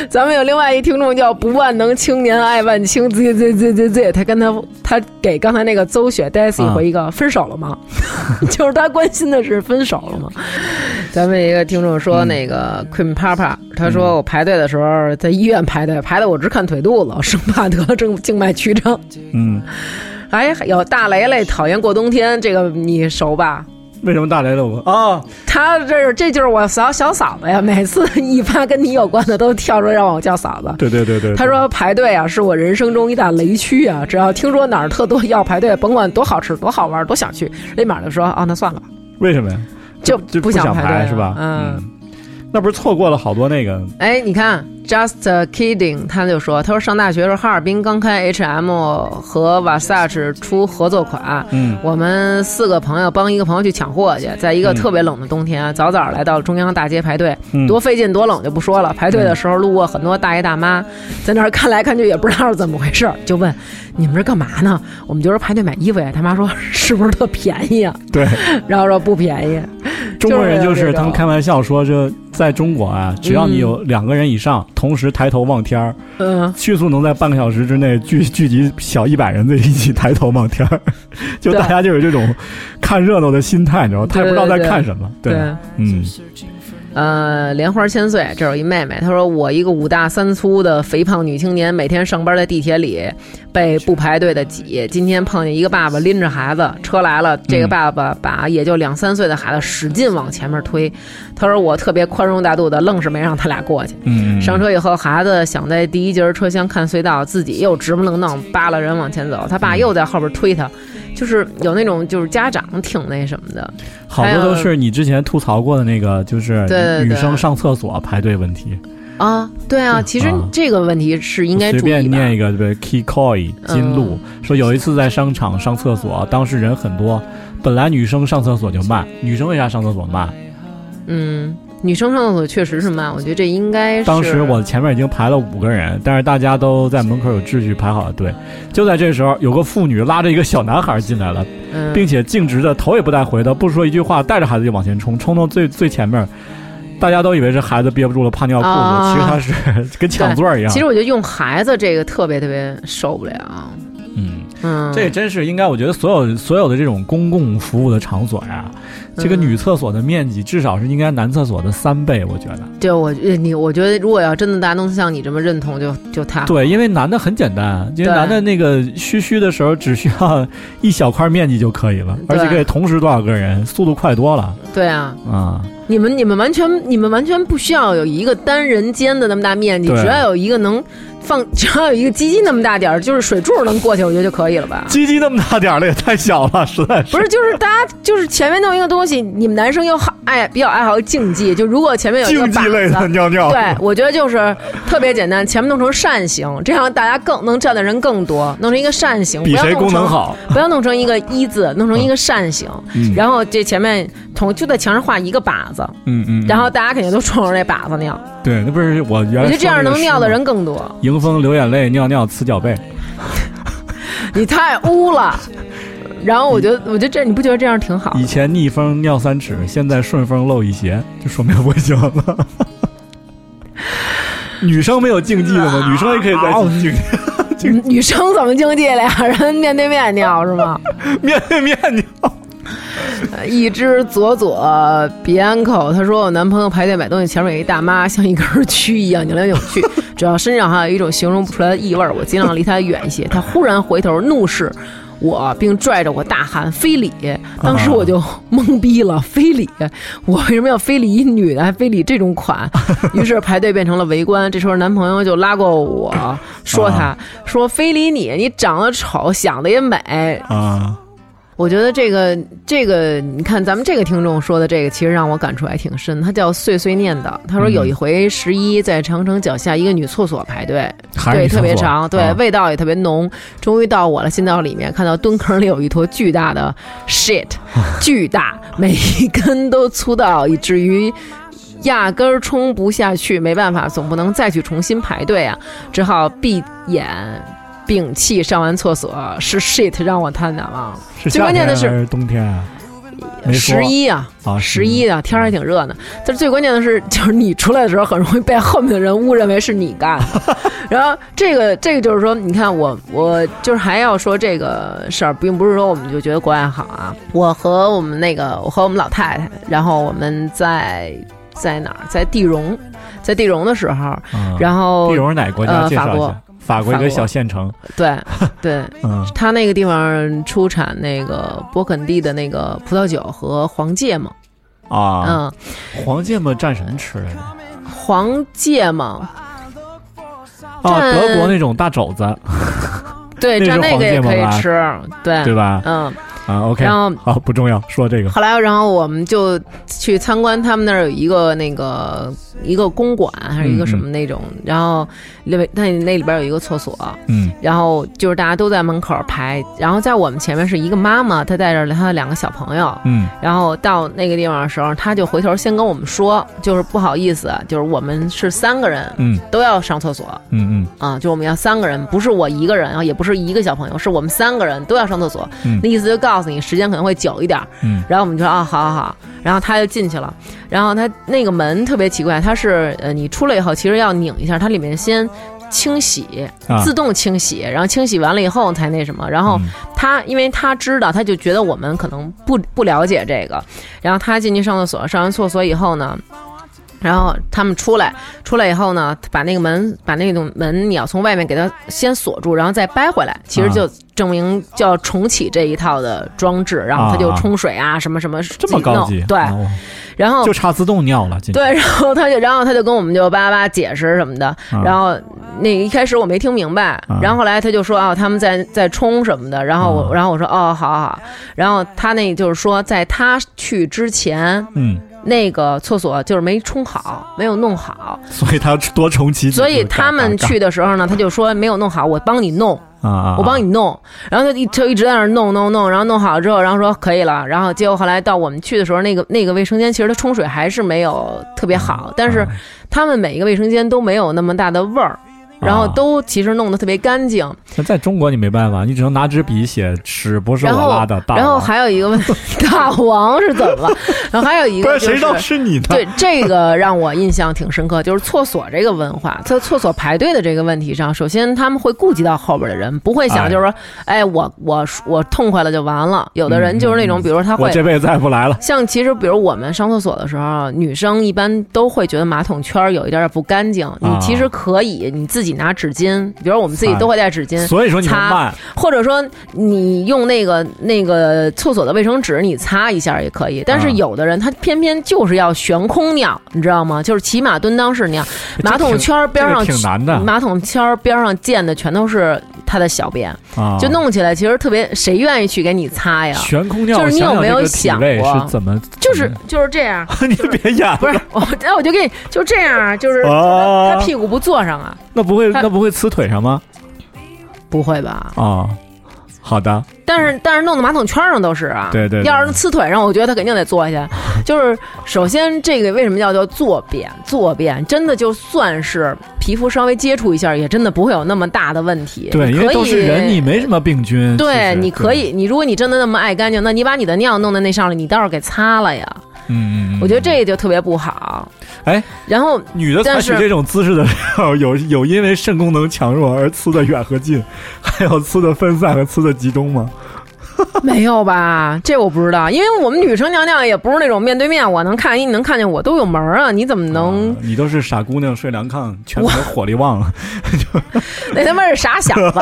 D: 咱们有另外一听众叫不万能青年爱万青 z z z z z，他跟他他给刚才那个邹雪 Daisy
C: 啊
D: 回一个、分手了吗？ 就是他关心的是分手了吗？咱们一个听众说，那个 Queen Papa，他说我排队的时候在医院排队，排的我直看腿肚子，我生怕得了正静脉曲张。
C: 嗯，
D: 哎，有大雷雷讨厌过冬天，这个你熟吧？
C: 为什么大雷了我啊？
D: 他这是这就是我小小嫂子呀，每次一发跟你有关的都跳出来让我叫嫂子。
C: 对对对对，
D: 他说排队啊是我人生中一大雷区啊，只要听说哪儿特多要排队，甭管多好吃、多好玩、多想去，立马就说啊那算了吧，
C: 为什么呀？
D: 就
C: 就
D: 不
C: 想
D: 排队了
C: 是吧？
D: 嗯，，
C: 那不是错过了好多那个
D: 哎，你看，just kidding，他就说，他说上大学的时候，哈尔滨刚开 H&M 和 Versace 出合作款，
C: 嗯，
D: 我们四个朋友帮一个朋友去抢货去，在一个
C: 嗯
D: 特别冷的冬天，早早来到中央大街排队，
C: 嗯
D: 多费劲多冷就不说了。排队的时候路过很多大爷大妈，在那儿看来看去也不知道是怎么回事儿，就问你们这干嘛呢？我们就是排队买衣服呀。他妈说是不是特便宜啊？
C: 对
D: 然后说不便宜，
C: 中国人，就
D: 就是
C: 是他们开玩笑说，这在中国啊，只要你有两个人以上同时抬头望天儿，
D: 嗯，
C: 迅速能在半个小时之内聚聚集小一百人在一起抬头望天儿， 就
D: 对
C: 大家就有这种看热闹的心态，你知道吗？他也不知道在看什么。对，嗯，
D: 呃，莲花千岁，这有一妹妹，她说我一个五大三粗的肥胖女青年，每天上班在地铁里被不排队的挤。今天碰见一个爸爸拎着孩子，车来了，这个
C: 嗯
D: 爸爸把也就两三岁的孩子使劲往前面推。她说我特别宽容大度的，愣是没让他俩过去。
C: 嗯
D: 上车以后，孩子想在第一节车厢看隧道，自己又直不愣当扒拉人往前走，他爸又在后边推他，就是有那种就是家长挺那什么的，
C: 好
D: 还
C: 多
D: 有
C: 都是你之前吐槽过的那个，就是
D: 对对对
C: 女生上厕所排队问题。
D: 啊，对啊，其实
C: 啊
D: 这个问题是应该
C: 随
D: 注意
C: 便
D: 吧。嗯
C: 念一个，对，Kikoi 金鹿、说有一次在商场上厕所，当时人很多，本来女生上厕所就慢，女生为啥上厕所慢？
D: 嗯，女生上厕所确实是慢，我觉得这应该是。
C: 当时我前面已经排了五个人，但是大家都在门口有秩序排好了队。就在这时候，有个妇女拉着一个小男孩进来了，
D: 嗯
C: 并且径直的头也不带回的，不说一句话，带着孩子就往前冲，冲到最最前面。大家都以为是孩子憋不住了怕尿裤子，
D: 啊嗯
C: 其实他是跟抢座儿一样。
D: 其实我觉得用孩子这个特别特别受不了。
C: 嗯，
D: 嗯，
C: 这真是应该，我觉得所有所有的这种公共服务的场所呀，
D: 嗯
C: 这个女厕所的面积至少是应该男厕所的三倍，我觉得。
D: 就嗯我觉得你，我觉得如果要真的大家能像你这么认同就，就太好
C: 对，因为男的很简单，因为
D: 对
C: 男的那个嘘嘘的时候只需要一小块面积就可以了，
D: 对
C: 而且可以同时多少个人，速度快多了
D: 对啊，
C: 啊、
D: 你们你们完全你们完全不需要有一个单人间的那么大面积，
C: 对
D: 只要有一个能放， 只要有一个鸡鸡那么大点儿，就是水柱能过去，我觉得就可以了吧。
C: 鸡鸡那么大点儿了，也太小了，实在是。
D: 不是，就是大家就是前面弄一个东西你们男生又好爱比较爱好竞技，就如果前面有一个
E: 竞技类
D: 靶
E: 的
D: 子
E: 尿尿，
D: 对，我觉得就是特别简单，前面弄成扇形，这样大家更能站的人更多，弄成一个扇形，
E: 比
D: 不要
E: 谁
D: 弄
E: 功能
D: 成
E: 好。
D: 不要弄成一个 一字，弄成一个扇形，
E: 嗯
D: 然后这前面同就在墙上画一个靶子，
C: 嗯嗯，
D: 然后大家肯定都冲着那靶子尿，
C: 对，那不是我原来
D: 我觉得
C: 说
D: 这样
C: 那个
D: 能
C: 诗
D: 尿的
C: 吗
D: 人更多。
C: 迎风流眼泪，尿尿呲脚背。
D: 你太污了。然后我觉得，我觉得这你不觉得这样挺好？
E: 嗯
C: 以前逆风尿三尺，现在顺风漏一鞋，这说明不行了。女生没有竞技的吗？女生也可以
D: 啊
C: 在竞技
D: 女女生怎么经济俩人面对面尿是吗？
C: 面对面 尿。
D: 呃一只左左鼻安口，他说我男朋友排队买东西，前面有一大妈像一根蛆一样扭来扭去，只要身上还有一种形容不出来的异味儿，我尽量离他远一些。他忽然回头怒视。我并拽着我大喊“非礼”，当时我就懵逼了。非礼，我为什么要非礼一女的，还非礼这种款？于是排队变成了围观。这时候男朋友就拉过我说他：“说非礼你，你长得丑，想的也美，
C: 啊，
D: 我觉得这个这个，你看咱们这个听众说的这个，其实让我感触还挺深。他叫碎碎念叨，他说有一回十一在长城脚下一个女厕所排队，
C: 还
D: 对，
C: 是
D: 特别长，对，
C: 啊
D: 味道也特别浓。终于到我了，进到里面，看到蹲坑里有一坨巨大的 shit，巨大，每一根都粗到以至于。压根儿冲不下去，没办法，总不能再去重新排队啊，只好闭眼摒弃。上完厕所是 shit 让我太难忘了。
C: 是
D: 最关键的是
C: 夏天还冬天啊，没说
D: 十一啊，
C: 啊，
D: 十一啊，天儿还挺热呢。但是最关键的是，就是你出来的时候，很容易被后面的人误认为是你干 的。然后这个这个就是说，你看我我就是还要说这个事儿，并不是说我们就觉得国外好啊。我和我们那个我和我们老太太，然后我们在在哪儿，在地荣，在地荣的时候，
C: 嗯
D: 然后
C: 地荣是哪个国家？
D: 呃
C: 介绍
D: 法
C: 一
D: 国
C: 下。法国一
D: 法国
C: 个小县城，
D: 对对，
C: 嗯，
D: 他那个地方出产那个勃艮第的那个葡萄酒和黄芥末，
C: 啊，
D: 嗯。
C: 黄芥末蘸什么吃来着？啊，
D: 黄芥末，蘸
C: 啊德国那种大肘子，
D: 对，
C: 那
D: 蘸
C: 是
D: 那个也可
C: 黄芥末吧
D: 以吃，对，
C: 对吧？
D: 嗯，
C: 啊，OK，
D: 然后
C: 好，不重要，说这个
D: 后来，然后我们就去参观他们那儿有一个那个一个公馆还是
C: 嗯
D: 一个什么那种，然后里边那那里边有一个厕所，
C: 嗯，
D: 然后就是大家都在门口排，然后在我们前面是一个妈妈，她带着她的两个小朋友，
C: 嗯，
D: 然后到那个地方的时候，她就回头先跟我们说，就是不好意思，就是我们是三个人，
C: 嗯，
D: 都要上厕所，
C: 嗯
D: 啊，就我们要三个人，不是我一个人，啊，也不是一个小朋友，是我们三个人都要上厕所。
C: 嗯
D: 那意思就告诉你时间可能会久一点儿。
C: 嗯
D: 然后我们就说啊，好好好，然后他就进去了。然后他那个门特别奇怪，它是呃，你出来以后其实要拧一下，它里面先清洗，
C: 嗯啊
D: 自，动清洗，然后清洗完了以后才那什么。然后
C: 嗯
D: 他因为他知道，他就觉得我们可能不不了解这个，然后他进去上厕所，上完厕所以后呢。然后他们出来，出来以后呢，把那个门，把那种门，你要从外面给它先锁住，然后再掰回来，其实
C: 啊
D: 就证明就要重启这一套的装置，然后他就
C: 啊
D: 冲水啊，什么什么，
C: 这么高
D: 自己
C: 级，
D: 弄对，
C: 啊我
D: 然后
C: 就差自动尿了，啊进去
D: 对，然后他就，然后他就跟我们就叭叭叭解释什么的，
C: 啊
D: 然后那一开始我没听明白，然后后来他就说啊，他们在在冲什么的，然后我，
C: 啊
D: 然后我说哦，好好好，然后他那就是说，在他去之前，
C: 嗯，
D: 那个厕所就是没冲好，没有弄好，
C: 所以他多重启几次，
D: 所以他们
C: 嘎
D: 去的时候呢，他就说没有弄好，我帮你弄。
C: 嘎啊，
D: 我帮你弄，然后他一就一直在那儿弄弄弄，然后弄好之后，然后说可以了，然后结果后来到我们去的时候，那个那个卫生间其实它冲水还是没有特别
C: 啊
D: 好，但是他们每一个卫生间都没有那么大的味儿，然后
C: 啊
D: 都其实弄得特别干净，
C: 那在中国你没办法，你只能拿支笔写“屎不是
D: 然
C: 我
D: 后
C: 拉的”，大
D: 然后
C: 王
D: 还有一个问题，大王是怎 么了？然后还有一
C: 不
D: 个
C: 是
D: 就
C: 谁
D: 是
C: 知道是你 的
D: 对这个让我印象挺深刻，就是厕所这个文化，在厕所排队的这个问题上，首先他们会顾及到后边的人，不会想就是说，哎，我我我痛快了就完了。有的人就是那种，比如他
C: 嗯我
D: 会
C: 这辈子再也不来了。
D: 像其实比如我们上厕所的时候，啊女生一般都会觉得马桶圈儿有一点点不干净，你
C: 啊
D: 其实可以你自己拿纸巾，比如我们自己都会带纸巾，
C: 所以说你们
D: 擦
C: 慢，
D: 或者说你用那个那个厕所的卫生纸你擦一下也可以，但是
C: 啊
D: 有的人他偏偏就是要悬空尿，你知道吗？就是骑马蹲裆式尿，
C: 这
D: 马桶
C: 挺
D: 圈儿边
C: 这个
D: 上
C: 挺难的啊
D: 马桶圈儿边上溅的全都是它的小便，
C: 啊，
D: 就弄起来其实特别，谁愿意去给你擦呀？
C: 悬空尿，
D: 就是你有
C: 想想
D: 没有
C: 这个体
D: 想
C: 位
D: 过
C: 是怎么？
D: 就是就是这 样，
C: 你别演了，
D: 不是我，那我就给你就这样啊，就是
C: 啊
D: 他，屁股不坐上啊，
C: 那不会
D: 他
C: 那不会呲腿上吗？
D: 不会吧？
C: 啊，好的，
D: 但是但是弄到马桶圈上都是啊，
C: 对对对
D: 要是呲腿上，我觉得他肯定得坐 下。就是首先这个为什么叫叫坐便？坐便真的就算是皮肤稍微接触一下，也真的不会有那么大的问题。
C: 对，
D: 你
C: 因
D: 可以
C: 为都是人，你没什么病菌，其
D: 对，
C: 实
D: 你可，以，你如果你真的那么爱干净，那你把你的尿弄在那上了，你倒是给擦了呀。
C: 嗯嗯嗯，
D: 我觉得这就特别不好。
C: 哎，
D: 然后
C: 女的采
D: 但
C: 取
D: 是
C: 这种姿势的时候，有有因为肾功能强弱而呲的远和近，还有呲的分散和呲的集中吗？
D: 没有吧？这我不知道，因为我们女生尿尿也不是那种面对面，我能看见你能看见我都有门儿啊，你怎么能
C: 啊？你都是傻姑娘睡凉炕，全国火力旺了。
D: 那他妈是傻小 子。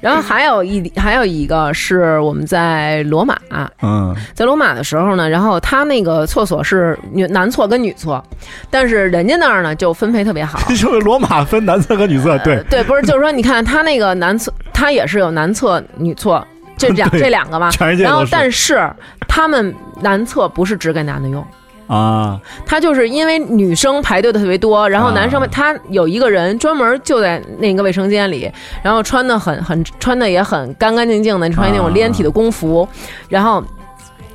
D: 然后还有一还有一个是我们在罗马，
C: 嗯，
D: 在罗马的时候呢，然后他那个厕所是女男厕跟女厕，但是人家那儿呢就分配特别 好。呃
C: 这就是罗马分男厕和女厕，对，
D: 对，不是，就是说，你看他那个男厕，他也是有男厕、女厕这两
C: 对
D: 这两个 嘛。
C: 全世界
D: 啊然后
C: 都，是
D: 但是他们男厕不是只给男的用，
C: 啊，
D: 他就是因为女生排队的特别多，然后男生、
C: 啊
D: 他有一个人专门就在那个卫生间里，然后穿的很很穿的也很干干净净的，穿那种连体的工服，然后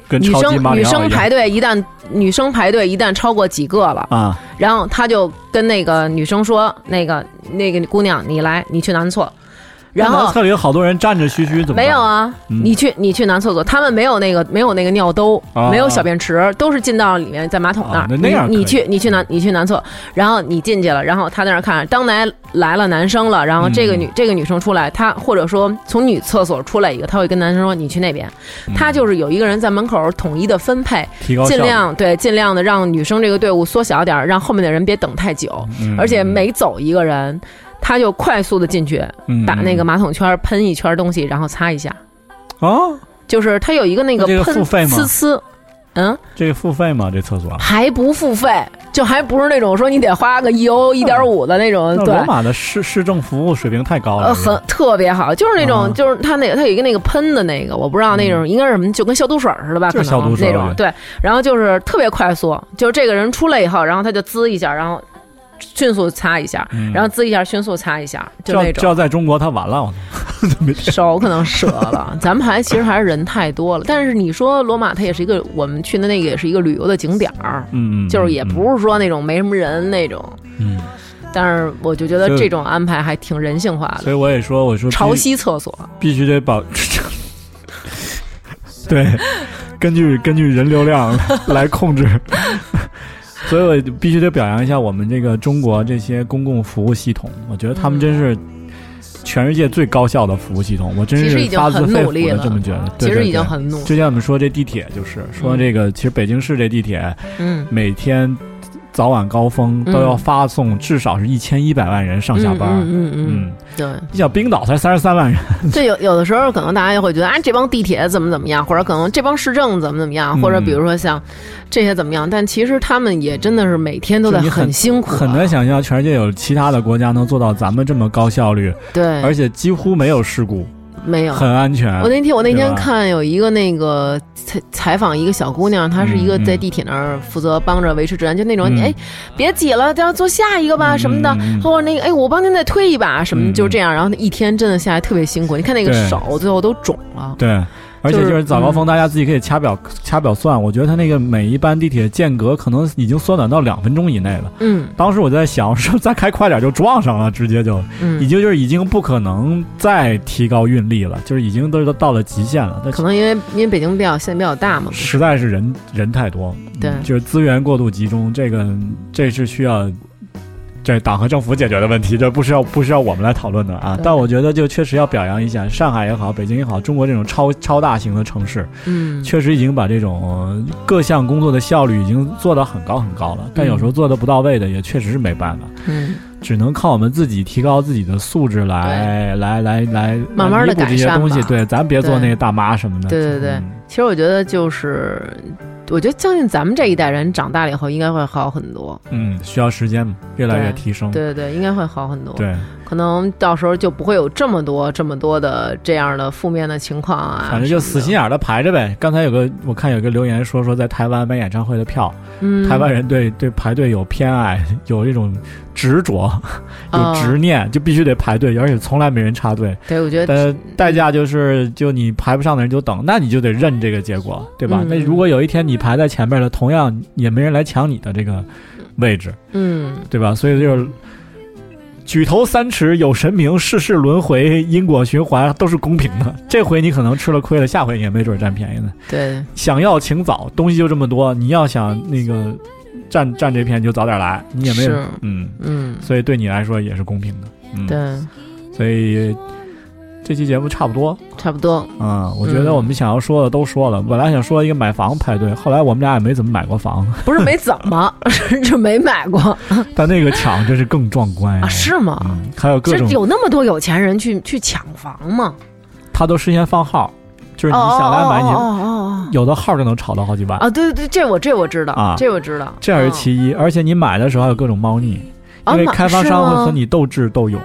C: 跟
D: 女
C: 超级马
D: 生
C: 里
D: 女
C: 奥
D: 生
C: 一样
D: 排队一旦女生排队一旦超过几个了，
C: 啊，
D: 然后他就跟那个女生说，那个那个姑娘你来，你去男厕，然
C: 那
D: 后
C: 男厕里有好多人站着嘘嘘，怎么办
D: 没有？啊，
C: 嗯
D: 你去你去男厕所，他们没有那个没有那个尿兜，
C: 啊
D: 没有小便池，都是进到里面在马桶那儿。
C: 啊那那样
D: 你
C: 可以
D: 你去你去男你去男厕，然后你进去了，然后他在那儿看，当来来了男生了，然后
C: 嗯
D: 这个女、这个女生出来，她或者说从女厕所出来一个，他会跟男生说你去那边，他就是有一个人在门口统一的分配，
C: 嗯提高效率
D: 尽量对尽量的让女生这个队伍缩小点儿，让后面的人别等太久，
C: 嗯
D: 而且每走一个人。他就快速的进去，
C: 嗯
D: 把那个马桶圈儿喷一圈儿东西，然后擦一下，
C: 啊，
D: 就是它有一个那个
C: 那这个
D: 喷
C: 付费吗
D: 呲呲，嗯，
C: 这个付费吗？这厕所？
D: 还不付费，就还不是那种说你得花个一欧一点五的那种，
C: 那
D: 呃对
C: 罗，马的市市政服务水平太高了，
D: 呃，很特别好，就是那种
C: 啊
D: 就是它那个它有一个那个喷的那个，我不知道那种应该是什么，就跟消毒水似的吧，
C: 嗯就
D: 可
C: 是消毒
D: 能
C: 水
D: 那种对，然后就是特别快速，就是这个人出来以后，然后他就滋一下，然后迅速擦一下，
C: 嗯
D: 然后滋一下，迅速擦一下，就
C: 这
D: 那
C: 要这
D: 种。
C: 要在中国，他完了，我没听
D: 手可能折了，咱们还其实还是人太多了。但是你说罗马，它也是一个我们去的那个也是一个旅游的景点儿，
C: 嗯，嗯
D: 就是也不是说那种没什么人那种，
C: 嗯，
D: 但是我就觉得
C: 就
D: 这种安排还挺人性化
C: 所
D: 的。
C: 以我也说，我说必
D: 潮汐厕所，
C: 必须得保， 对，根
D: 嗯
C: 据根据人流量来 控制。所以我必须得表扬一下我们这个中国这些公共服务系统，我觉得他们真是全世界最高效的服务系统，我真
D: 嗯其实
C: 是
D: 已经
C: 发自
D: 很
C: 肺
D: 努
C: 腑
D: 力
C: 的
D: 了嗯
C: 这么觉得。对
D: 其实
C: 对
D: 已经
C: 对
D: 很努，
C: 就像我们说这地铁，就是说
D: 嗯
C: 这个，其实北京市这地铁
D: 嗯，
C: 每天早晚高峰都要发送至少是一千一百万人上下班儿。
D: 嗯嗯
C: 嗯，
D: 嗯，
C: 你想冰岛才三十三万人，
D: 对，对，有有的时候可能大家就会觉得啊，这帮地铁怎么怎么样，或者可能这帮市政怎么怎么样，
C: 嗯
D: 或者比如说像这些怎么样，但其实他们也真的是每天都在
C: 就你很
D: 辛苦啊，
C: 很难想象全世界有其他的国家能做到咱们这么高效率，而
D: 对，
C: 且几乎没有事故，
D: 没有
C: 很安全
D: 我。那天我那天
C: 对吧
D: 看有一个那个采采访一个小姑娘，她是一个
C: 嗯嗯
D: 在地铁那儿负责帮着维持治安，就那种
C: 嗯
D: 哎别挤了，这样做下一个吧
C: 嗯
D: 什么的
C: 嗯嗯，
D: 或者那个哎我帮您再推一把什么，
C: 嗯
D: 就这样。然后一天真的下来特别辛苦，你看那个
C: 对
D: 手最后都肿了。
C: 对，而且
D: 就
C: 就是是早高峰，大家自己可以掐表
D: 嗯
C: 掐表算。我觉得它那个每一班地铁间隔可能已经缩短到两分钟以内了。
D: 嗯
C: 当时我在想，是不是再开快点就撞上了，直接就已
D: 嗯，
C: 经就是已经不可能再提高运力了，就是已经都到了极限了。但
D: 可能因为因为北京比较现在比较大嘛，
C: 实在是人人太多，
D: 对
C: 嗯就是资源过度集中，这个这是需要这党和政府解决的问题，这不是要不是要我们来讨论的啊
D: 对。
C: 但我觉得就确实要表扬一下上海也好，北京也好，中国这种超超大型的城市，
D: 嗯，
C: 确实已经把这种呃各项工作的效率已经做到很高很高了。但有时候做的不到位的，也确实是没办法，
D: 嗯，
C: 只能靠我们自己提高自己的素质来来来来
D: 慢慢地
C: 来弥补这些
D: 改善吧
C: 东西。对，咱别做
D: 对
C: 那个大妈什么的。
D: 对对对
C: 嗯
D: 其实我觉得就是，我觉得将近咱们这一代人长大了以后，应该会好很多。
C: 嗯嗯，需要时间嘛，越来越提升。
D: 对对对，应该会好很多。
C: 对，
D: 可能到时候就不会有这么多这么多的这样的负面的情况啊。
C: 反正就死心眼儿的排着呗。刚才有个我看有个留言说说在台湾买演唱会的票，
D: 嗯，
C: 台湾人对对排队有偏爱，有这种执着，有
D: 嗯
C: 执念，就必须得排队，而且从来没人插队。
D: 对，我觉得
C: 但代价就是，就你排不上的人就等，那你就得认这个结果，对吧？
D: 嗯
C: 那如果有一天你排在前面了，同样也没人来抢你的这个位置，
D: 嗯，
C: 对吧？所以就是举头三尺有神明，世事轮回，因果循环都是公平的。这回你可能吃了亏了，下回也没准占便宜呢。
D: 对，
C: 想要请早，东西就这么多，你要想那个占 占这片，你就早点来，你也没有
D: 是
C: 嗯，
D: 嗯，
C: 所以对你来说也是公平的。嗯，
D: 对，
C: 所以这期节目差不多。
D: 差不多，
C: 啊、我觉得我们想要说的都说了。本来想说一个买房排队，后来我们俩也没怎么买过房，
D: 不是没怎么， 是就没买过啊？
C: 但那个抢真是更壮观呀、
D: 是吗？
C: 嗯，还有各
D: 这
C: 种，
D: 有那么多有钱人去去抢房吗？
C: 他都事先放号，就是
D: 哦
C: 你
D: 哦
C: 想来
D: 哦
C: 买，你
D: 哦哦哦
C: 有的号就能炒到好几万
D: 哦，啊！对对，对这我这我知
C: 啊
D: 道，这我知道，
C: 这是
D: 嗯
C: 其一。而且你买的时候还有各种猫腻，
D: 啊
C: 因为
D: 买
C: 开发商
D: 是吗
C: 会和你斗智斗勇。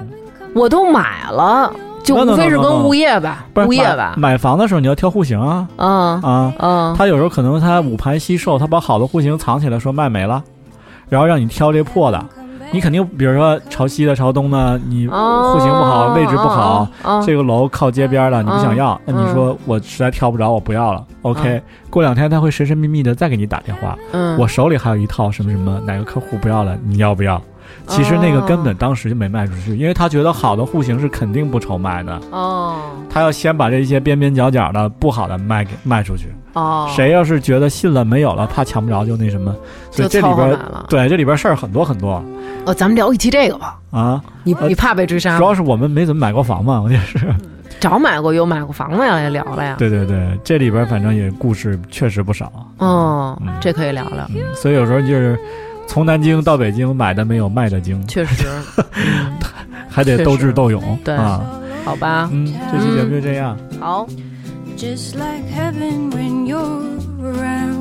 D: 我都买了，就
C: No, no,
D: 无非是
C: no, no, no.
D: 跟物业吧，
C: 不是
D: 物业
C: 买
D: 吧，
C: 买房的时候你要挑户型啊
D: 嗯
C: 啊，
D: 嗯，
C: 他有时候可能他捂盘惜售，他把好的户型藏起来说卖没了，然后让你挑这破的。你肯定，比如说朝西的、朝东的，你
D: 哦
C: 户型不好，位置不好，，
D: 哦
C: 这个楼靠街边了，你不想要，那
D: 嗯哦
C: 你说我实在挑不着，我不要了。OK，过两天他会神神秘秘的再给你打电话，
D: 嗯，
C: 我手里还有一套什么什么，哪个客户不要了，你要不要？其实那个根本当时就没卖出去，因为他觉得好的户型是肯定不愁卖的，
D: 哦
C: 他要先把这些边边角角的不好的卖给卖出去。
D: 哦，
C: 谁要是觉得信了没有了，怕抢不着就那什么，所以
D: 就
C: 这里
D: 凑合买
C: 边
D: 了？
C: 对这里边事儿很多很多
D: 哦，咱们聊一期这个吧。
C: 啊。
D: 你
C: 呃
D: 你怕被追杀
C: 主
D: 吗？
C: 要是我们没怎么买过房嘛，我也是。
D: 嗯找买过有买过房子呀，也聊了呀。
C: 对对对，这里边反正也故事确实不少。
D: 哦
C: 嗯，
D: 这可以聊聊，
C: 嗯，所以有时候就是从南京到北京买的没有卖的精，
D: 确实， 嗯
C: 还得斗智斗勇。
D: 对
C: 啊，
D: 好吧，
C: 嗯，这期节目就这样。
D: 好。
F: just like heaven when you're around.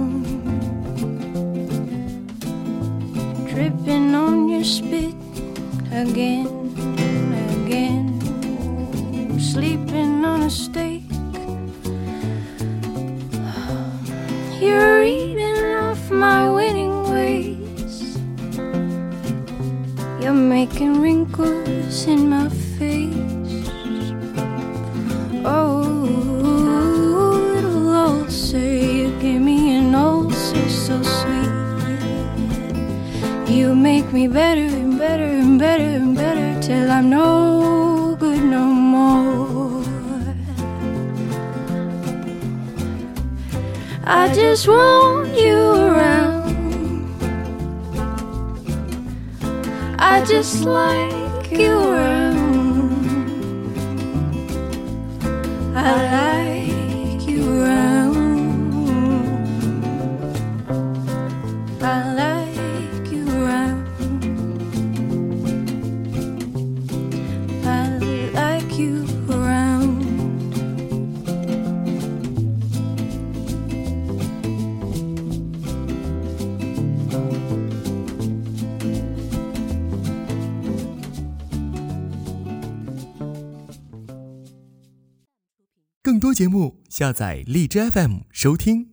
F: Dripping on your spit again, again. Sleeping on a steak. You're eating off my winning ways. You're making wrinkles in my face. Oh, little ulcer, you give me an ulcer so sweet. You make me better and better and better and better till I'm no good no more. I just want you around. I just like you around. I like you round. I like you round. I like you round.
G: 更多节目，下载荔枝 FM 收听。